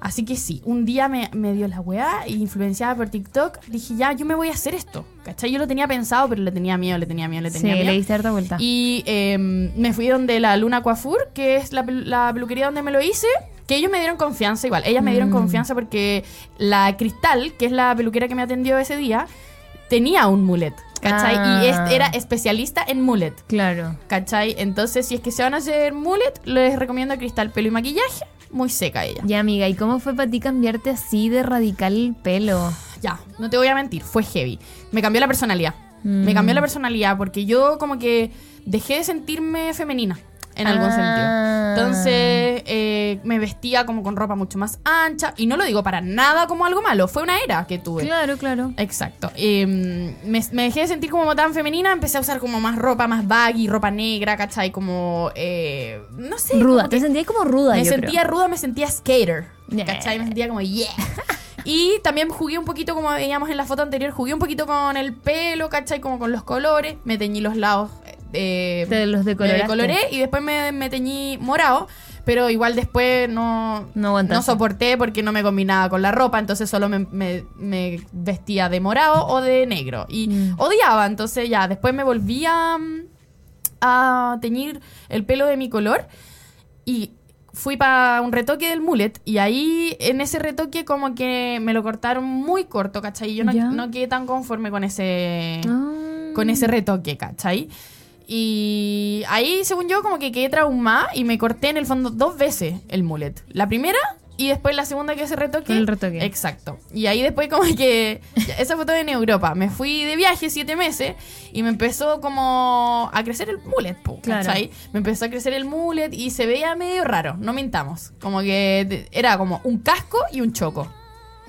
Así que sí, un día me, me dio la weá, y influenciada por TikTok, dije, ya, yo me voy a hacer esto, ¿cachai? Yo lo tenía pensado, pero le tenía miedo, le tenía miedo, le
Sí,
tenía miedo.
le diste harta vuelta.
Y eh, me fui donde la Luna Coafur, que es la, pelu- la peluquería donde me lo hice, que ellos me dieron confianza igual. Ellas me
Mm.
dieron confianza porque la Cristal, que es la peluquera que me atendió ese día, tenía un mullet, ¿cachai? Y
Ah.
es- era especialista en mullet.
Claro.
¿Cachai? Entonces, si es que se van a hacer mullet, les recomiendo Cristal Pelo y Maquillaje. Muy seca ella.
Ya, amiga, ¿y cómo fue para ti cambiarte así de radical el pelo?
ya, no te voy a mentir, fue heavy. Me cambió la personalidad.
Mm.
Me cambió la personalidad porque yo como que dejé de sentirme femenina en algún
Ah.
sentido. Entonces eh, me vestía como con ropa mucho más ancha y no lo digo para nada como algo malo, fue una era que tuve.
Claro, claro.
Exacto. Eh, me, me dejé de sentir como tan femenina, empecé a usar como más ropa, más baggy, ropa negra, ¿cachai? Como, eh, no sé. como
ruda,
que-
te sentías como ruda,
me
yo
sentía ruda, me sentía skater.
Yeah.
¿Cachai? Me sentía como, yeah. Y también jugué un poquito, como veíamos en la foto anterior, jugué un poquito con el pelo, ¿cachai? Como con los colores. Me teñí los lados. eh,
Te los
me
decoloraste.
decoloré y después me, me teñí morado. Pero igual después no,
No aguantaste.
soporté porque no me combinaba con la ropa. Entonces solo me, me- me vestía de morado o de negro. Y
Mm.
odiaba. Entonces ya, después me volvía a teñir el pelo de mi color y fui para un retoque del mullet y ahí en ese retoque como que me lo cortaron muy corto, ¿cachai? Y yo no,
Ya.
no quedé tan conforme con ese
Ah.
con ese retoque, ¿cachai? Y ahí, según yo, como que quedé traumada y me corté en el fondo dos veces el mullet. La primera y después la segunda que ese retoque.
El retoque.
Exacto. Y ahí después como que... Esa foto en Europa. Me fui de viaje siete meses y me empezó como a crecer el mullet, po,
Claro.
¿cachai? Me empezó a crecer el mullet y se veía medio raro, no mintamos. Como que te- era como un casco y un choco.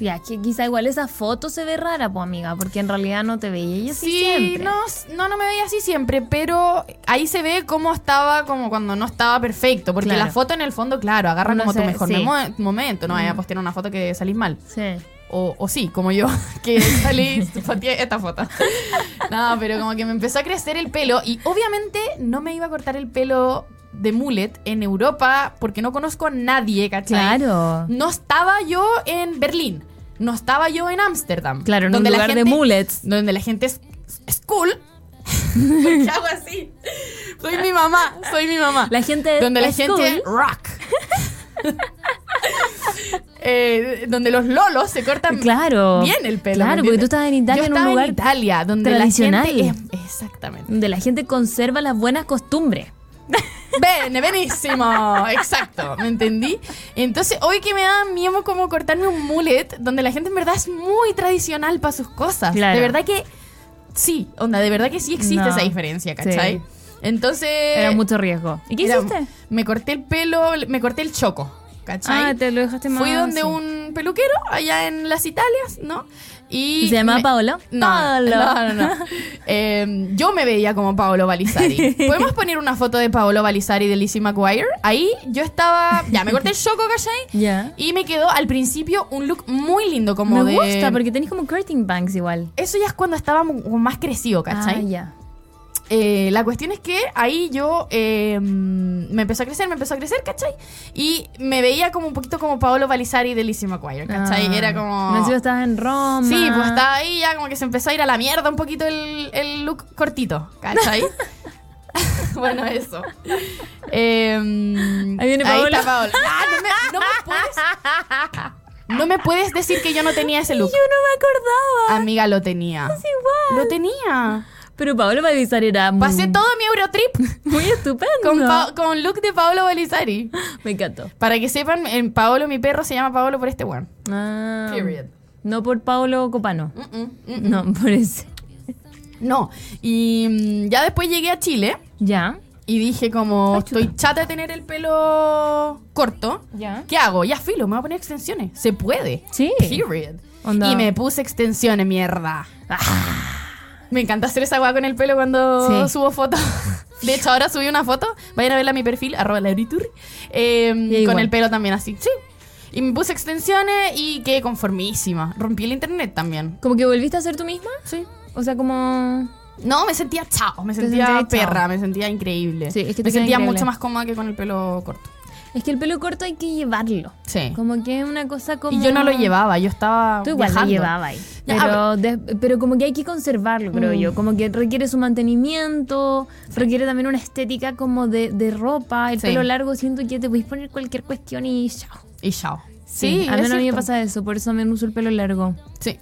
Ya, que quizá igual esa foto se ve rara, pues, amiga, porque en realidad no te veía y así
Sí,
siempre.
no, no, no me veía así siempre, pero ahí se ve cómo estaba, como cuando no estaba perfecto, porque
Claro.
la foto en el fondo, claro, agarra
Uno
como tu
se-
mejor
sí.
memo- momento, no vaya a postear una foto que salís mal.
Sí.
O, o sí, como yo, que salí, posteé esta foto. No, pero como que me empezó a crecer el pelo y obviamente no me iba a cortar el pelo de mullet en Europa porque no conozco a nadie, ¿cachai?
Claro.
No estaba yo en Berlín, no estaba yo en Ámsterdam.
Claro, en un
donde la
lugar de
gente-
mullets.
donde la gente es, es cool. ¿Por qué hago así? Soy mi mamá, soy mi mamá.
La gente es-
donde la
es
gente
cool.
rock. Eh, donde los lolos se cortan
Claro.
bien el pelo.
Claro,
¿me
porque tú
entiendes?
estabas en Italia
Yo
en un
estaba
lugar
Italia, donde
tradicional.
la gente es- exactamente.
Donde la gente conserva las buenas costumbres.
Bene, benísimo. Exacto, ¿me entendí? Entonces, hoy que me da miedo como cortarme un mullet, donde la gente en verdad es muy tradicional para sus cosas.
Claro.
De verdad que sí, onda, de verdad que sí existe
No.
esa diferencia, ¿cachai?
Sí.
Entonces.
Era mucho riesgo. ¿Y qué
Eh, era-
hiciste?
Me corté el pelo, me corté el choco. ¿cachai?
Ah, te lo dejaste más,
Fui donde
sí.
un peluquero, allá en las Italias, ¿no? Y
¿Se llamaba
me-
Paolo?
No,
Paolo.
no, no, no. Eh, yo me veía como Paolo Balizari. ¿Podemos poner una foto de Paolo Balizari de Lizzie McGuire? Ahí yo estaba. Ya, me corté el choco, ¿cachai?
Ya.
Y me quedó al principio un look muy lindo, como
Me
de.
gusta porque tenés como curtain banks igual.
Eso ya es cuando estaba mu- como más crecido, ¿cachai?
Ah, ya.
Eh, la cuestión es que ahí yo eh, mm, me empezó a crecer, me empezó a crecer, ¿cachai? Y me veía como un poquito como Paolo Balizari de Lizzie McGuire, ¿cachai?
Ah.
Era como...
No sé si estabas en Roma.
Sí, pues estaba ahí ya como que se empezó a ir a la mierda un poquito el, el look cortito, ¿cachai? bueno, eso. Eh,
Ahí viene
Ahí
Paola.
está Paola. Ah, no, me, no me
ah,
puedes... No me puedes decir que yo no tenía ese look.
Yo no me acordaba.
Amiga, lo tenía.
Es igual.
Lo tenía.
Pero Paolo Balizar era muy,
Pasé todo mi Eurotrip
muy estupendo.
con, Pa- con look de Paolo Balizari.
Me encantó.
Para que sepan, en Paolo, mi perro, se llama Paolo por este weón.
Ah,
Period.
No por Paolo Copano.
Mm, mm, mm.
No, por ese.
No. Y mm, ya después llegué a Chile
Ya.
y dije como,
Ay, chuta.
estoy chata de tener el pelo corto.
Ya.
¿Qué hago? Ya filo, me voy a poner extensiones. Se puede.
Sí.
Period.
Onda.
Y me puse extensiones, mierda.
Ah,
Me encanta hacer esa weá con el pelo cuando
Sí.
subo fotos. De hecho, ahora subí una foto. Vayan a verla a mi perfil, arroba lauriturri. eh, con
igual.
el pelo también así. Sí. Y me puse extensiones y quedé conformísima. Rompí el internet también.
¿Como que volviste a ser tú misma?
Sí.
O sea, como...
No, me sentía chao, me
Te
sentía
sentías chao.
perra, me sentía increíble.
Sí, es que te
me
queda
sentía
increíble.
mucho más cómoda que con el pelo corto.
Es que el pelo corto hay que llevarlo.
Sí.
Como que es una cosa como...
Y yo no lo llevaba, yo estaba
Tú igual lo
viajando.
llevabas. ahí.
Ya,
Pero,
ah, Mm.
des- pero como que hay que conservarlo, creo yo. Como que requiere su mantenimiento, requiere también una estética como de, de ropa. El
Sí.
pelo largo siento que te podéis poner cualquier cuestión y chao.
Y chao.
Sí, a
es
mí no me
cierto.
pasa eso, por eso también uso el pelo largo.
Sí.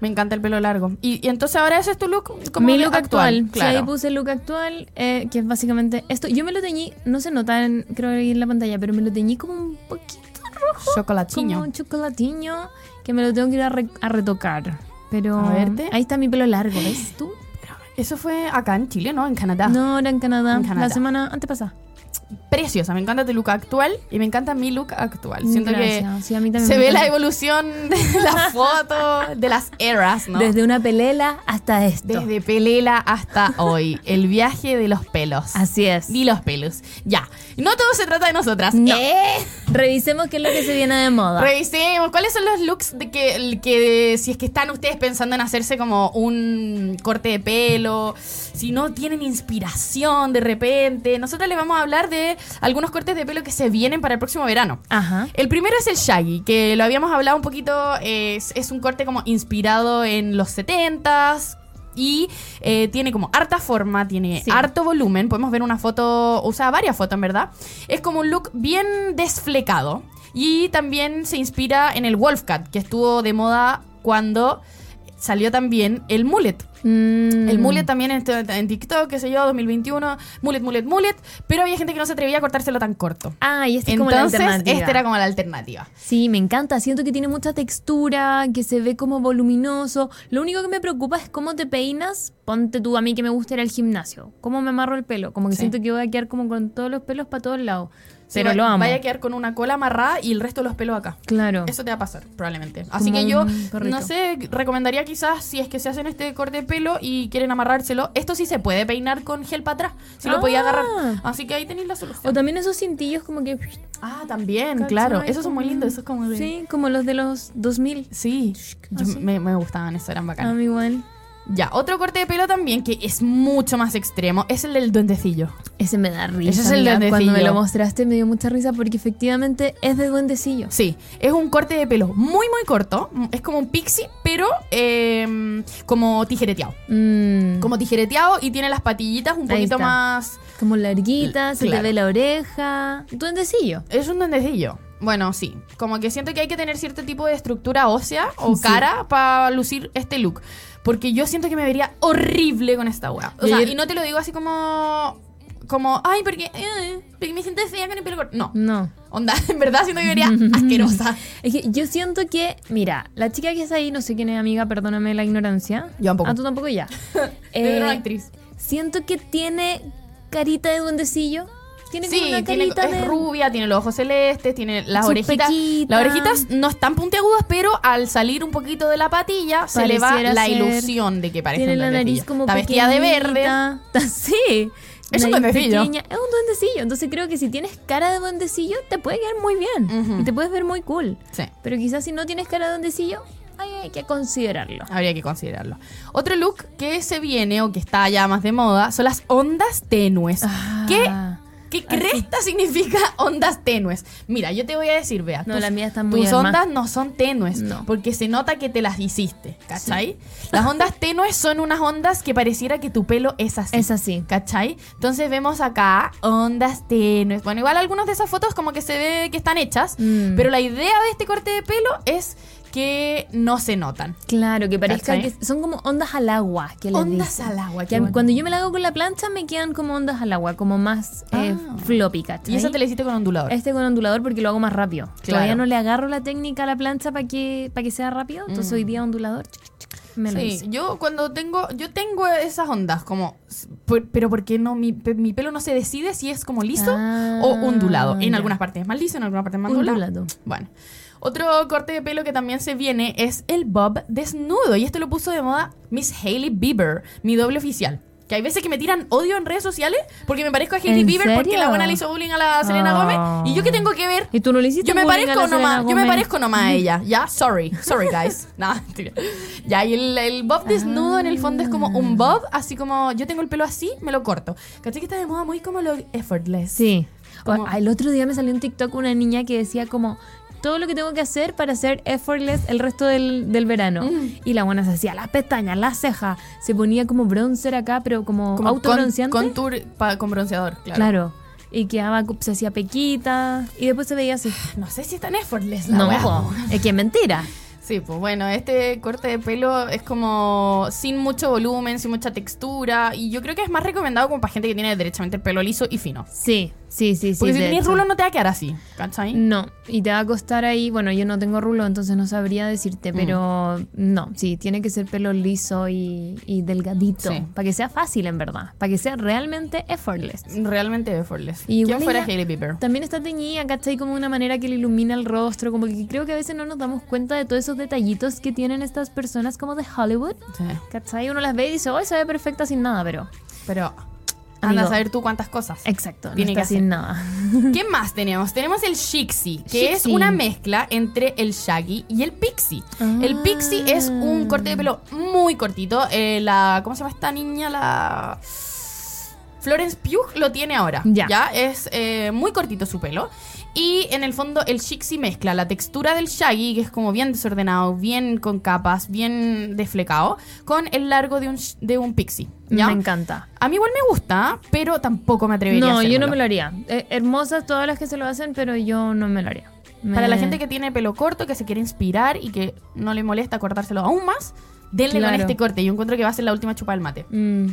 Me encanta el pelo largo. Y, y entonces ahora ese es tu look como
Mi
de-
look actual, sí,
claro.
ahí puse el look actual, eh, que es básicamente esto. Yo me lo teñí, no se nota, en- creo que en la pantalla, pero me lo teñí como un poquito rojo.
Chocolatiño.
Como un chocolatiño, que me lo tengo que ir a, re- a retocar. Pero
A verte.
ahí está mi pelo largo, ¿ves tú?
Eso fue acá en Chile, ¿no? En Canadá.
No, era en Canadá,
En Canadá.
la semana antepasada.
Preciosa, me encanta tu look actual y me encanta mi look actual. Siento
Gracias.
que
Sí, a mí también
se
me
ve
encanta.
la evolución de las fotos, de las eras, ¿no?
Desde una pelela hasta esto.
Desde Pelela hasta hoy. El viaje de los pelos.
Así es.
Y los pelos. Ya. No todo se trata de nosotras.
No.
¿Eh?
Revisemos qué es lo que se viene de moda.
Revisemos cuáles son los looks de que, el que si es que están ustedes pensando en hacerse como un corte de pelo, si no tienen inspiración de repente. Nosotros les vamos a hablar de algunos cortes de pelo que se vienen para el próximo verano.
Ajá.
El primero es el shaggy, que lo habíamos hablado un poquito, es, es un corte como inspirado en los 70s. Y eh, tiene como harta forma, tiene
Sí.
harto volumen. Podemos ver una foto, o sea, varias fotos en verdad. Es como un look bien desflecado. Y también se inspira en el Wolfcat, que estuvo de moda cuando salió también el mullet.
Mm.
El mullet también en, en TikTok, qué sé yo, 2021. Mullet, mullet, mullet. Pero había gente que no se atrevía a cortárselo tan corto.
Ah, y este es como la
Entonces,
alternativa.
esta era como la alternativa.
Sí, me encanta. Siento que tiene mucha textura, que se ve como voluminoso. Lo único que me preocupa es cómo te peinas. Ponte tú, a mí que me gusta ir al gimnasio. Cómo me amarro el pelo. Como que
Sí.
siento que voy a quedar como con todos los pelos para todos lados.
Sí,
Pero
va-
lo amo.
Vaya a quedar con una cola amarrada y el resto de los pelos acá.
Claro.
Eso te va a pasar, probablemente. Así
Como
que yo,
un perrito.
no sé, recomendaría quizás si es que se hacen este corte de pelo y quieren amarrárselo. Esto sí se puede peinar con gel para atrás. Si lo podía
Ah.
agarrar. Así que ahí tenéis la solución.
O también esos cintillos como que...
ah, también, claro. Esos son muy lindos. Esos como de-
Sí, como los de los 2000.
Sí. Yo-
Así.
me, me gustaban, esos eran
A
bacanos.
mí igual.
ya, otro corte de pelo también que es mucho más extremo es el del duendecillo.
Ese me da risa.
Ese es el
amiga. Cuando
duendecillo.
me lo mostraste me dio mucha risa porque efectivamente es de duendecillo.
Sí, es un corte de pelo muy, muy corto. Es como un pixie, pero em, como tijereteado.
Mm,
como tijereteado y tiene las patillitas un
Ahí
poquito
está.
más.
como larguita, se
Claro.
te ve la oreja. Duendecillo.
Es un duendecillo. Bueno, sí. Como que siento que hay que tener cierto tipo de estructura ósea o cara para lucir este look. Porque yo siento que me vería horrible con esta weá. O
Y
sea,
ayer-
y no te lo digo así como. Como, ay, porque, eh, porque me siento fea con el pelo corto. No.
No.
Onda, en verdad siento que me vería asquerosa.
Es que yo siento que, mira, la chica que está ahí, no sé quién es amiga, perdóname la ignorancia.
Yo tampoco.
Ah, tú tampoco ya.
Pero
Eh,
era una actriz.
Siento que tiene carita de duendecillo. Tiene
Sí,
como una
tiene-
carita
es
de-
rubia, tiene los ojos celestes, tiene las
Sus
orejitas.
pequitas.
Las orejitas no están puntiagudas, pero al salir un poquito de la patilla se le va
Pareciera
la
ser-
ilusión de que parece
Tiene
una
la nariz
tetilla.
como
Está vestida de verde.
pequeñita. Está- sí.
Es un
Nariz
duendecillo.
pequeña. Es un duendecillo. Entonces creo que si tienes cara de duendecillo, te puede quedar muy bien.
Ujú.
Y te puedes ver muy cool.
Sí.
Pero quizás si no tienes cara de duendecillo, ahí hay que considerarlo.
Habría que considerarlo. Otro look que se viene o que está ya más de moda son las ondas tenues.
Ah.
¿Qué, qué
Ah, sí.
cresta significa ondas tenues? Mira, yo te voy a decir, vea.
No,
tus-
las mías están muy
Tus
armadas.
ondas no son tenues,
No.
porque se nota que te las hiciste, ¿cachai? Las ondas tenues son unas ondas que pareciera que tu pelo es así.
Es así.
¿Cachai? Entonces vemos acá ondas tenues. Bueno, igual algunas de esas fotos como que se ve que están hechas,
Mm.
pero la idea de este corte de pelo es que no se notan.
Claro, que parezca
¿Cachai?
que son como ondas al agua. Que les
Ondas
dicen.
al agua, qué
Que a mí-
bueno.
cuando yo me la hago con la plancha, me quedan como ondas al agua, como más eh,
Ah.
floppy, ¿cachai?
Y eso te lo hiciste con ondulador.
Este con ondulador porque lo hago más rápido. Todavía no le agarro la técnica a la plancha para que, pa' que sea rápido. Entonces hoy día ondulador, chuc, chuc, chuc, me lo
Mm. Sí,
hice.
yo cuando tengo, yo tengo esas ondas como, por- pero porque no, mi, pe- mi pelo no se decide si es como liso
Ah,
o ondulado. En
ya.
algunas partes es más liso, en algunas partes es más ondulado.
Ondulado.
Bueno, otro corte de pelo que también se viene es el bob desnudo y esto lo puso de moda Miss Hailey Bieber, mi doble oficial. Que hay veces que me tiran odio en redes sociales porque me parezco a Hailey
¿En
Bieber porque
serio?
la buena le hizo bullying a la Selena
Ah.
Gómez y yo que tengo que ver
¿Y tú no le hiciste
yo me
bullying a
parezco
la Selena
nomás, yo me
Gómez?
parezco nomás a ella, ¿ya? Sorry, sorry guys. Nah, mentira. ya, y el, el bob desnudo en el fondo es como un bob, así como yo tengo el pelo así, me lo corto. ¿Cachai que está de moda muy como lo effortless?
Sí.
Como-
O- El otro día me salió un TikTok una niña que decía como todo lo que tengo que hacer para ser effortless el resto del, del verano.
Mm.
Y la buena se hacía las pestañas, las cejas, se ponía como bronzer acá, pero como,
Como
autobronceante.
Con, contour pa- con bronceador, claro.
claro. Y quedaba, se hacía pequita y después se veía así.
No sé si es tan effortless la
No,
wea.
po, es que es mentira.
Sí, pues bueno, este corte de pelo es como sin mucho volumen, sin mucha textura. Y yo creo que es más recomendado como para gente que tiene derechamente el pelo liso y fino.
Sí, sí, sí, sí.
Porque si
de
tienes
hecho.
rulo no te va a quedar así, ¿cachai?
No, y te va a costar ahí, bueno, yo no tengo rulo, entonces no sabría decirte, pero no, sí, tiene que ser pelo liso y, y delgadito,
Sí.
para que sea fácil en verdad, para que sea realmente effortless.
Realmente effortless.
Y
¿Quién
igual
fuera
ella-
Hailey Bieber?
También está teñida, ¿cachai? Como una manera que le ilumina el rostro, como que creo que a veces no nos damos cuenta de todos esos detallitos que tienen estas personas como de Hollywood,
Sí.
¿cachai? Uno las ve y dice, oh, se ve perfecta sin nada, pero...
Pero anda
Amigo.
a saber tú cuántas cosas.
Exacto, no
Tiene
está
que
sin nada.
¿Qué más tenemos? Tenemos el Shixi, que es
Shixi.
una mezcla entre el Shaggy y el Pixie.
Ah.
El Pixie es un corte de pelo muy cortito. Eh, la, ¿Cómo se llama esta niña? La. Florence Pugh lo tiene ahora. Ya.
Ya.
Es eh, muy cortito su pelo. Y en el fondo el Shixi mezcla la textura del Shaggy, que es como bien desordenado, bien con capas, bien desflecado, con el largo de un, sh- de un Pixie. ¿ya?
Me encanta.
A mí igual me gusta, pero tampoco me atrevería a
No, yo no
hacérmelo.
me lo haría. Eh, hermosas todas las que se lo hacen, pero yo no me lo haría. Me-
Para la gente que tiene pelo corto, que se quiere inspirar y que no le molesta cortárselo aún más, denle con
Claro.
este corte. Yo encuentro que va a ser la última chupa del mate.
Mm,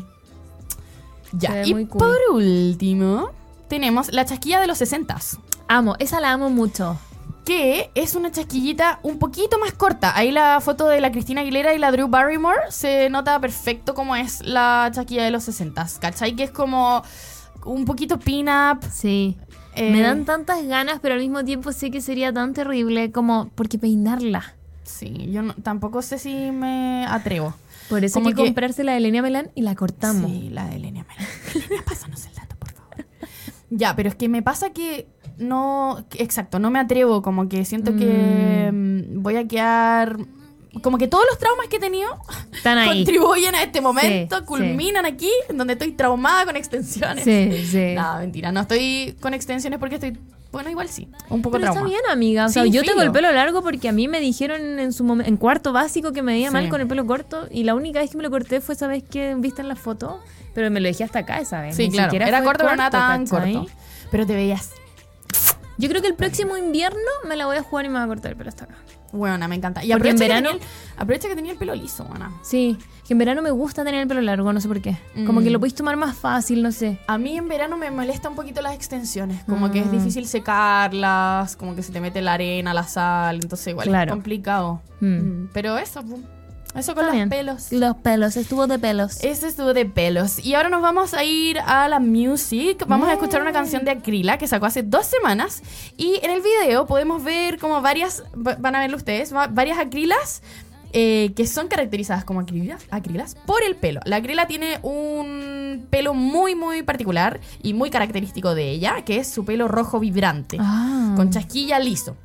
Se
Ya.
ve
Y
muy cool.
por último, tenemos la chasquilla de los 60s.
amo, esa la amo mucho.
Que es una chasquillita un poquito más corta. Ahí la foto de la Cristina Aguilera y la Drew Barrymore se nota perfecto cómo es la chasquilla de los 60s. ¿Cachai? Que es como un poquito pin-up.
Sí.
eh,
Me dan tantas ganas, pero al mismo tiempo sé que sería tan terrible como porque peinarla.
Sí, yo no- tampoco sé si me atrevo.
Por eso
Como
hay que,
que-
comprarse la de Elenia Melán y la cortamos.
Sí, la de Elenia Melán. Elenia, pásanos el dato, por favor. Ya, pero es que me pasa que no. que- Exacto, no me atrevo. Como que siento que mm, voy a quedar. Como que todos los traumas que he tenido
Están ahí.
contribuyen a este momento,
sí.
culminan aquí, en donde estoy traumada con extensiones.
Sí, sí.
Nada, mentira, no estoy con extensiones porque estoy. Bueno, igual sí, un poco
Pero está
trauma.
bien, amiga. O sea,
Sí,
yo tengo
filo.
el pelo largo porque a mí me dijeron en su momen- en cuarto básico que me veía
Sí.
mal con el pelo corto y la única vez que me lo corté fue esa vez que viste en la foto, pero me lo dejé hasta acá esa vez.
Sí,
Ni
claro.
siquiera
Era
fue
corto, pero no tan
¿cachai?
corto. Pero te veías.
Yo creo que el próximo invierno me la voy a jugar y me voy a cortar el pelo hasta acá.
Bueno, me encanta. Y
Porque en
aprovecha que,
verano-
tenía el- aprovecha que tenía el pelo liso, buena.
Sí, que en verano me gusta tener el pelo largo, no sé por qué. Como
Mm.
que lo podéis tomar más fácil, no sé.
A mí en verano me molesta un poquito las extensiones, como que es
Mm.
difícil secarlas, como que se te mete la arena, la sal, entonces igual
Claro.
es complicado.
Mm.
Mm, Pero eso, pu. Eso con
Está
los
bien.
pelos. Eh,
Los pelos, estuvo de pelos.
Ese estuvo de pelos. Y ahora nos vamos a ir a la music. Vamos a escuchar una canción de Acrila que sacó hace dos semanas. Y en el video podemos ver como varias, va- van a verlo ustedes, va- varias acrilas eh, que son caracterizadas como acrilas, acrilas por el pelo. La acrila tiene un pelo muy, muy particular y muy característico de ella, que es su pelo rojo vibrante,
Ah.
con chasquilla liso.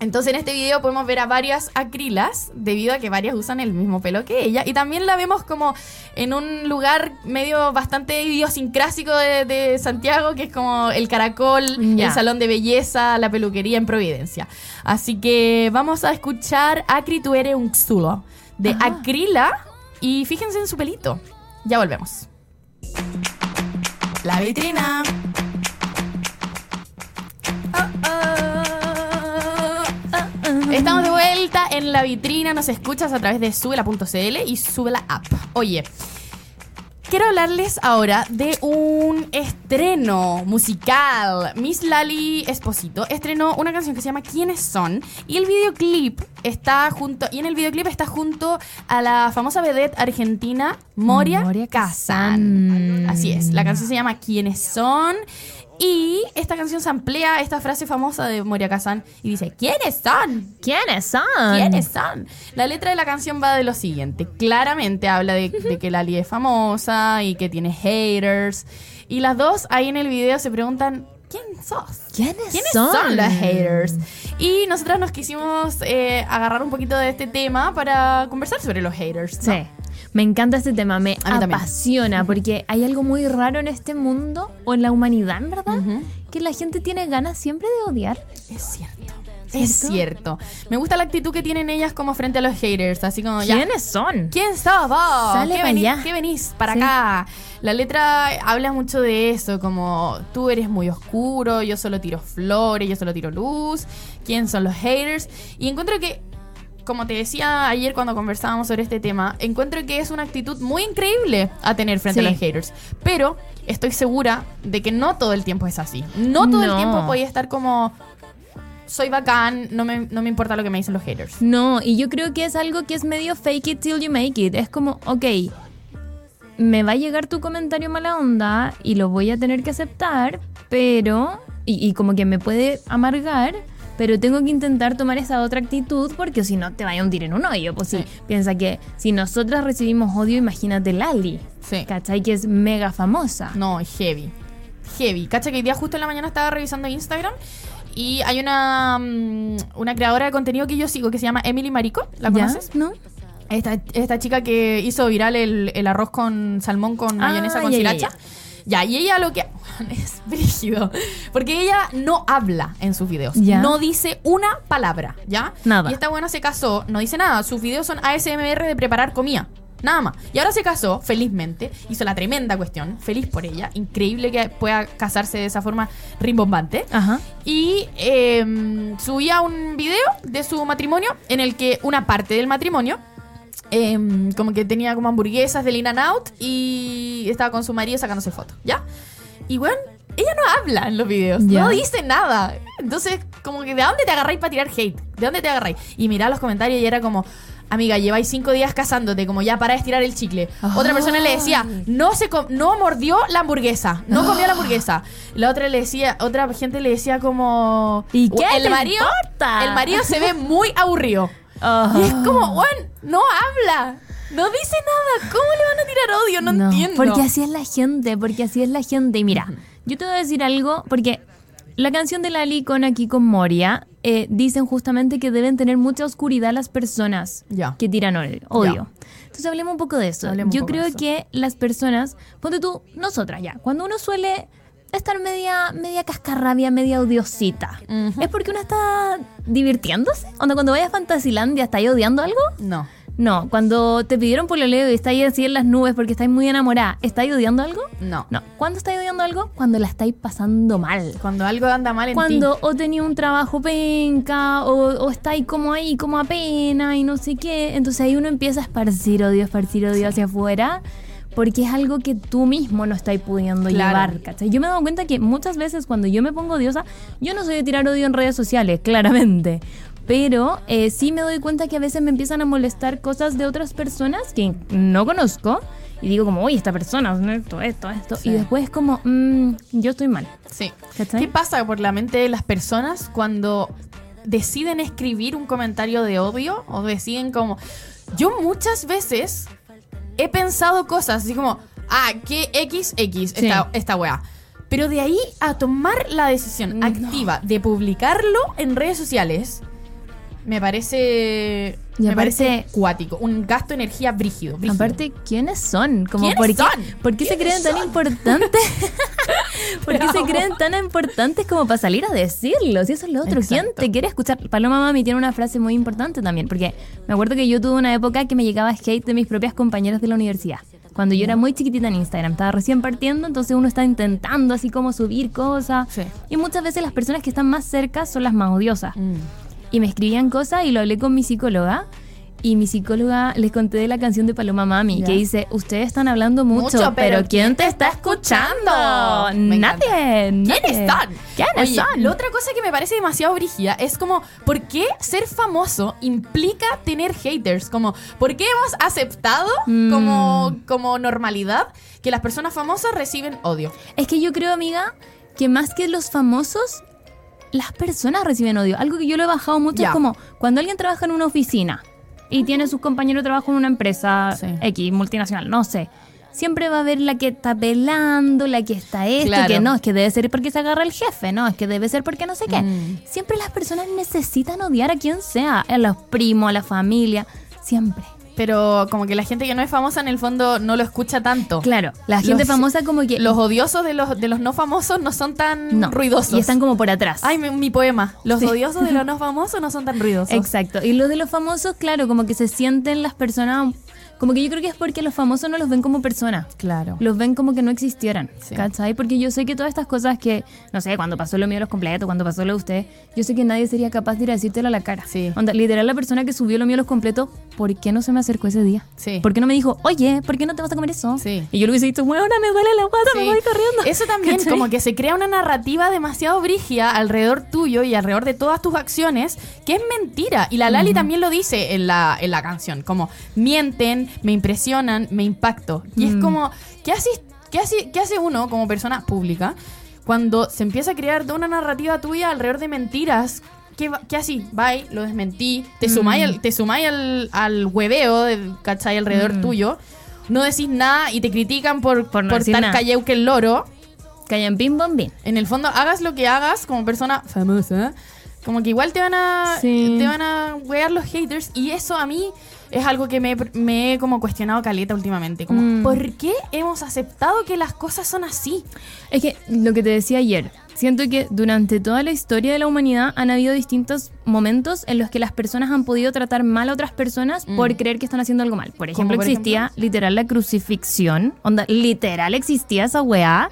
Entonces en este video podemos ver a varias acrilas, debido a que varias usan el mismo pelo que ella. Y también la vemos como en un lugar medio bastante idiosincrásico de, de Santiago, que es como el caracol,
Ya.
el salón de belleza, la peluquería en Providencia. Así que vamos a escuchar Acri tú eres un xulo de
Ajá.
Acrila y fíjense en su pelito. Ya volvemos.
La vitrina.
Estamos de vuelta en la vitrina, nos escuchas a través de subela.cl y subela app. Oye, quiero hablarles ahora de un estreno musical. Miss Lali Esposito estrenó una canción que se llama ¿Quiénes son? Y el videoclip está junto y en el videoclip está junto a la famosa vedette argentina Moria,
Moria
Kazan.
Kazan.
Así es, la canción se llama ¿Quiénes son? Y esta canción se amplía esta frase famosa de Moria Kazan y dice, ¿quiénes son?
¿Quiénes son?
¿Quiénes son? La letra de la canción va de lo siguiente. Claramente habla de, de que Lali es famosa y que tiene haters. Y las dos ahí en el video se preguntan, ¿quién sos?
¿Quiénes,
¿Quiénes son, los haters? Y nosotras nos quisimos eh, agarrar un poquito de este tema para conversar sobre los haters. ¿no?
Sí. Me encanta este tema, me
A mí también.
apasiona porque hay algo muy raro en este mundo o en la humanidad, en verdad, que la gente tiene ganas siempre de odiar.
Es cierto. Es cierto. Me gusta la actitud que tienen ellas como frente a los haters. Así como ya.
¿Quiénes son?
¿Quién sos vos?
Sale
¿Qué,
pa'
venís,
allá.
qué venís para
Sí.
acá? La letra habla mucho de eso, como tú eres muy oscuro, yo solo tiro flores, yo solo tiro luz, ¿quién son los haters? Y encuentro que, como te decía ayer cuando conversábamos sobre este tema, encuentro que es una actitud muy increíble a tener frente a
Sí.
los haters. Pero estoy segura de que no todo el tiempo es así. No todo el
No.
tiempo voy a estar como... Soy bacán, no me, no me importa lo que me dicen los haters.
No, y yo creo que es algo que es medio fake it till you make it. Es como, ok, me va a llegar tu comentario mala onda y lo voy a tener que aceptar, pero, y, y como que me puede amargar, pero tengo que intentar tomar esa otra actitud porque si no te vaya a hundir en un hoyo. Pues
Sí.
sí, piensa que si nosotras recibimos odio, imagínate Lali,
Sí.
¿cachai? Que es mega famosa.
No, es heavy. Heavy. Cacha que hoy día justo en la mañana estaba revisando Instagram y hay una, mm, una creadora de contenido que yo sigo que se llama Emily Marico. ¿La
¿Ya?
conoces?
¿No?
Esta, esta chica que hizo viral el, el arroz con salmón con
Ah,
mayonesa con
ya, ya,
sriracha. Ya, y ella lo que... Es brígido. Porque ella no habla en sus videos.
Ya.
No dice una palabra, ¿ya?
Nada.
Y esta buena se casó, no dice nada. Sus videos son ASMR de preparar comida. Nada más. Y ahora se casó, felizmente. Hizo la tremenda cuestión. Feliz por ella. Increíble que pueda casarse de esa forma rimbombante.
Ajá.
Y eh, subía un video de su matrimonio en el que una parte del matrimonio, eh, como que tenía como hamburguesas del In and Out y estaba con su marido sacándose fotos, ¿ya? Y bueno, ella no habla en los videos,
Ya.
no dice nada. Entonces, como que ¿de dónde te agarráis para tirar hate? ¿De dónde te agarráis? Y mirá los comentarios y era como... Amiga, lleváis cinco días casándote, como ya para de estirar el chicle. Otra persona le decía, no se com- no mordió la hamburguesa, no comió la hamburguesa. La otra le decía, otra gente le decía como
¿Y qué
el
te
marido,
importa?
el marido se ve muy aburrido.
Ah.
Y es como, Juan, no habla, no dice nada. ¿Cómo le van a tirar odio? No, entiendo.
Porque así es la gente, porque así es la gente. Y mira, yo te voy a decir algo, porque la canción de Lali con aquí con Moria eh, dicen justamente que deben tener mucha oscuridad las personas
Ya.
que tiran ol- odio.
Ya.
Entonces hablemos un poco de eso.
Hablemos un
yo
poco de
creo
eso.
que las personas, ponte tú, nosotras ya, cuando uno suele estar media, media cascarrabia, media odiosita,
Ujú.
¿es porque uno está divirtiéndose? Onda, cuando vayas a Fantasilandia, ¿estáis odiando algo?
no.
No, cuando te pidieron pololeo y estáis así en las nubes porque estáis muy enamorada, ¿estáis odiando algo?
No.
No. ¿Cuándo estáis odiando algo? Cuando la estáis pasando mal.
Cuando algo anda mal en
Cuando o tenía un trabajo penca o, o estáis como ahí, como apenas y no sé qué. Entonces ahí uno empieza a esparcir odio, esparcir odio hacia afuera. Porque es algo que tú mismo no estáis pudiendo
Claro.
llevar, ¿cachai? Yo me he dado cuenta que muchas veces cuando yo me pongo odiosa, yo no soy de tirar odio en redes sociales, claramente. Pero eh, sí me doy cuenta que a veces me empiezan a molestar cosas de otras personas que no conozco. Y digo como, uy, esta persona, esto, esto, esto.
Sí.
Y después es como, mm, yo estoy mal.
Sí.
¿Cachai?
¿Qué pasa por la mente de las personas cuando deciden escribir un comentario de odio o deciden como... Yo muchas veces he pensado cosas así como, ah, que XX esta, esta weá. Pero de ahí a tomar la decisión
No.
activa de publicarlo en redes sociales, me parece...
Y
me parece
aparte-
cuático, un gasto de energía brígido. brígido.
Aparte, ¿quiénes son? Como,
¿Quiénes
¿por qué,
son?
¿Por qué se creen tan importantes? ¿Por qué se creen tan importantes como para salir a decirlo? Si eso es lo otro. ¿Quién
Exacto.
te quiere escuchar? Paloma Mami tiene una frase muy importante también, porque me acuerdo que yo tuve una época que me llegaba hate de mis propias compañeras de la universidad. Cuando yo era muy chiquitita en Instagram, estaba recién partiendo, entonces uno está intentando así como subir cosas.
Sí.
Y muchas veces las personas que están más cerca son las más odiosas
Mm.
y me escribían cosas y lo hablé con mi psicóloga. Y mi psicóloga les conté de la canción de Paloma Mami, que dice, ustedes están hablando mucho,
Mucho,
pero,
pero
¿quién te está escuchando?
Me encanta.
Nadie.
¿Quiénes
nadie.
están?
¿Quiénes
Oye,
son?
La otra cosa que me parece demasiado brígida es como, ¿por qué ser famoso implica tener haters? Como, ¿por qué hemos aceptado
Mm.
como, como normalidad que las personas famosas reciben odio?
Es que yo creo, amiga, que más que los famosos, las personas reciben odio. Algo que yo lo he bajado mucho
Ya.
es como cuando alguien trabaja en una oficina y tiene sus compañeros de trabajo en una empresa
Sí.
X, multinacional, no sé. Siempre va a haber la que está pelando, la que está esto,
Claro.
que no, es que debe ser porque se agarra el jefe, no, es que debe ser porque no sé qué.
Mm.
Siempre las personas necesitan odiar a quien sea, a los primos, a la familia, siempre.
Pero como que la gente que no es famosa en el fondo no lo escucha tanto.
Claro, la gente
Los-
famosa como que...
Los odiosos de los, de los no famosos no son tan
no,
ruidosos.
Y están como por atrás.
Ay, mi, mi poema. Los odiosos de los no famosos no son tan ruidosos.
Exacto. Y los de los famosos, claro, como que se sienten las personas. Como que yo creo que es porque los famosos no los ven como personas.
Claro.
Los ven como que no existieran.
Sí.
¿Cachai? Porque yo sé que todas estas cosas que, no sé, cuando pasó lo mío de los completos, cuando pasó lo de usted, yo sé que nadie sería capaz de ir a decírtelo a la cara.
Sí.
Onda, literal, la persona que subió lo mío de los completos, ¿por qué no se me acercó ese día?
Sí.
¿Por qué no me dijo, oye, ¿por qué no te vas a comer eso?
Sí.
Y yo le hubiese dicho, bueno, me duele la guata, me
Sí.
voy corriendo.
Eso también,
¿Cachai?
como que se crea una narrativa demasiado brigia alrededor tuyo y alrededor de todas tus acciones, que es mentira. Y la Lali también lo dice en la, en la canción, como mienten, me impresionan, me impacto. Y es
Mm.
como, ¿qué, haces, qué, hace, ¿qué hace uno como persona pública cuando se empieza a crear toda una narrativa tuya alrededor de mentiras? ¿Qué, va- qué así? Bye, lo desmentí, te
Mm.
sumáis al, te sumáis al, al hueveo, de- ¿cachai? Alrededor
Mm.
tuyo. No decís nada y te critican por,
Por
por,
no decir
tan
nada.
calleu que el loro.
Callan, pim, bom, bim.
En el fondo, hagas lo que hagas como persona famosa, como que igual te van a
Sí.
te van a wear los haters y eso a mí es algo que me, me he como cuestionado caleta últimamente, como
Mm.
¿por qué hemos aceptado que las cosas son así?
Es que lo que te decía ayer, siento que durante toda la historia de la humanidad han habido distintos momentos en los que las personas han podido tratar mal a otras personas por creer que están haciendo algo mal. Por ejemplo,
por
existía literal la crucifixión, onda, literal existía esa weá,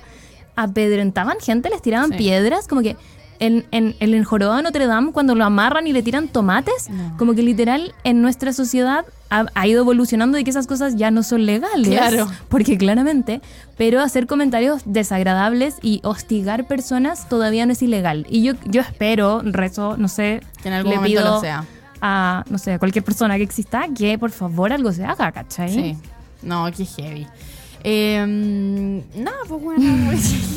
apedrentaban gente, les tiraban piedras, como que en, en, en el jorobado de Notre Dame cuando lo amarran y le tiran tomates, como que literal en nuestra sociedad ha, ha ido evolucionando y que esas cosas ya no son legales.
Claro.
Porque claramente, pero hacer comentarios desagradables y hostigar personas todavía no es ilegal. Y yo, yo espero, rezo, no sé,
Que en algún
le
momento
pido
lo sea.
a, no sé, a cualquier persona que exista que por favor algo se haga, ¿cachai?
Sí. No, qué heavy. Eh, no, pues bueno,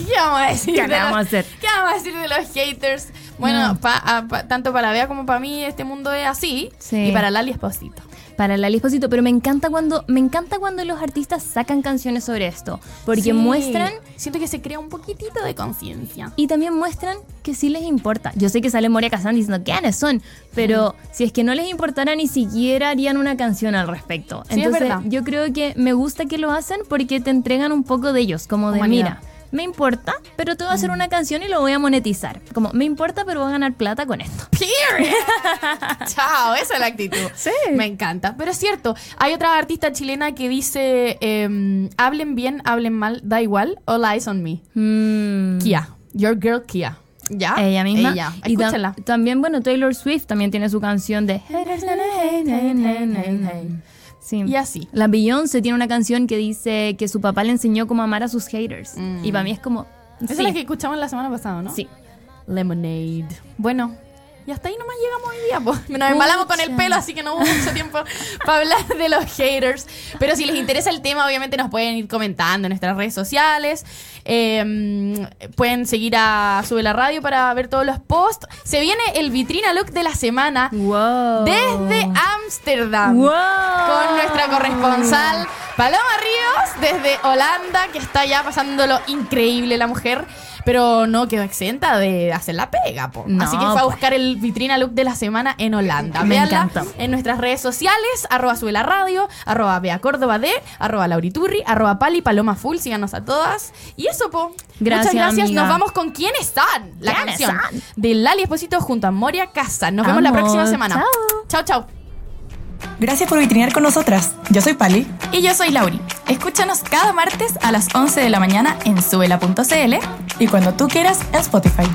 ¿qué vamos a decir?
¿Qué
de
le vamos
los-
a hacer?
¿Qué vamos a decir de los haters? Bueno,
No.
pa- a- pa- tanto para Bea como para mí, este mundo es así.
Sí.
Y para Lali es posito.
Para Lali Espósito, pero me encanta cuando me encanta cuando los artistas sacan canciones sobre esto, porque
Sí.
muestran
Siento que se crea un poquitito de conciencia.
y también muestran que sí les importa. Yo sé que sale Moria Kazan diciendo quiénes son, pero si es que no les importara ni siquiera harían una canción al respecto.
Sí, es
Entonces,
verdad.
yo creo que me gusta que lo hacen porque te entregan un poco de ellos, como de
Humanidad. Mm.
mira, me importa, pero te voy a hacer una canción y lo voy a monetizar. Como me importa, pero voy a ganar plata con esto.
Period. Chao, esa es la actitud.
Sí.
Me encanta. Pero es cierto, hay otra artista chilena que dice: em, hablen bien, hablen mal, da igual, all eyes on me.
Mm.
Kia. Your girl Kia. ¿Ya?
Ella misma.
Ella.
Y tam-
Escúchala.
también, bueno, Taylor Swift también tiene su canción de... Sí.
Y así.
La Beyoncé tiene una canción que dice que su papá le enseñó cómo amar a sus haters.
Mm.
Y para mí es como...
Esa
sí,
es la que escuchamos la semana pasada, ¿no?
sí.
Lemonade. Bueno, Y hasta ahí nomás llegamos hoy día. po. Nos embalamos con el
Pucha.
pelo, así que no hubo mucho tiempo para hablar de los haters. Pero si les interesa el tema, obviamente nos pueden ir comentando en nuestras redes sociales. Eh, pueden seguir a Sube la Radio para ver todos los posts. Se viene el vitrina look de la semana
Wow.
desde Ámsterdam.
Wow.
Con
Ah.
nuestra corresponsal Paloma Ríos desde Holanda, que está ya pasándolo increíble la mujer, pero no quedó exenta de hacer la pega. po.
No,
Así que fue a
pues.
buscar el vitrina look de la semana en Holanda.
Me
Véanla
encantó.
en nuestras redes sociales, arroba sube la radio, arroba Bea Córdoba D, arroba Lauriturri, arroba Pali, Paloma Full, síganos a todas. Y eso, po.
Gracias,
Muchas gracias.
amiga.
Nos vamos con quién están. La
¿Quién
canción
están?
de Lali Esposito junto a Moria Casa. Nos vemos la
Amo.
próxima semana. Chao, chao.
Gracias por vitrinear con nosotras. Yo soy Pali.
Y yo soy Lauri.
Escúchanos cada martes a las 11 de la mañana en suela.cl
L.
y cuando tú quieras en Spotify.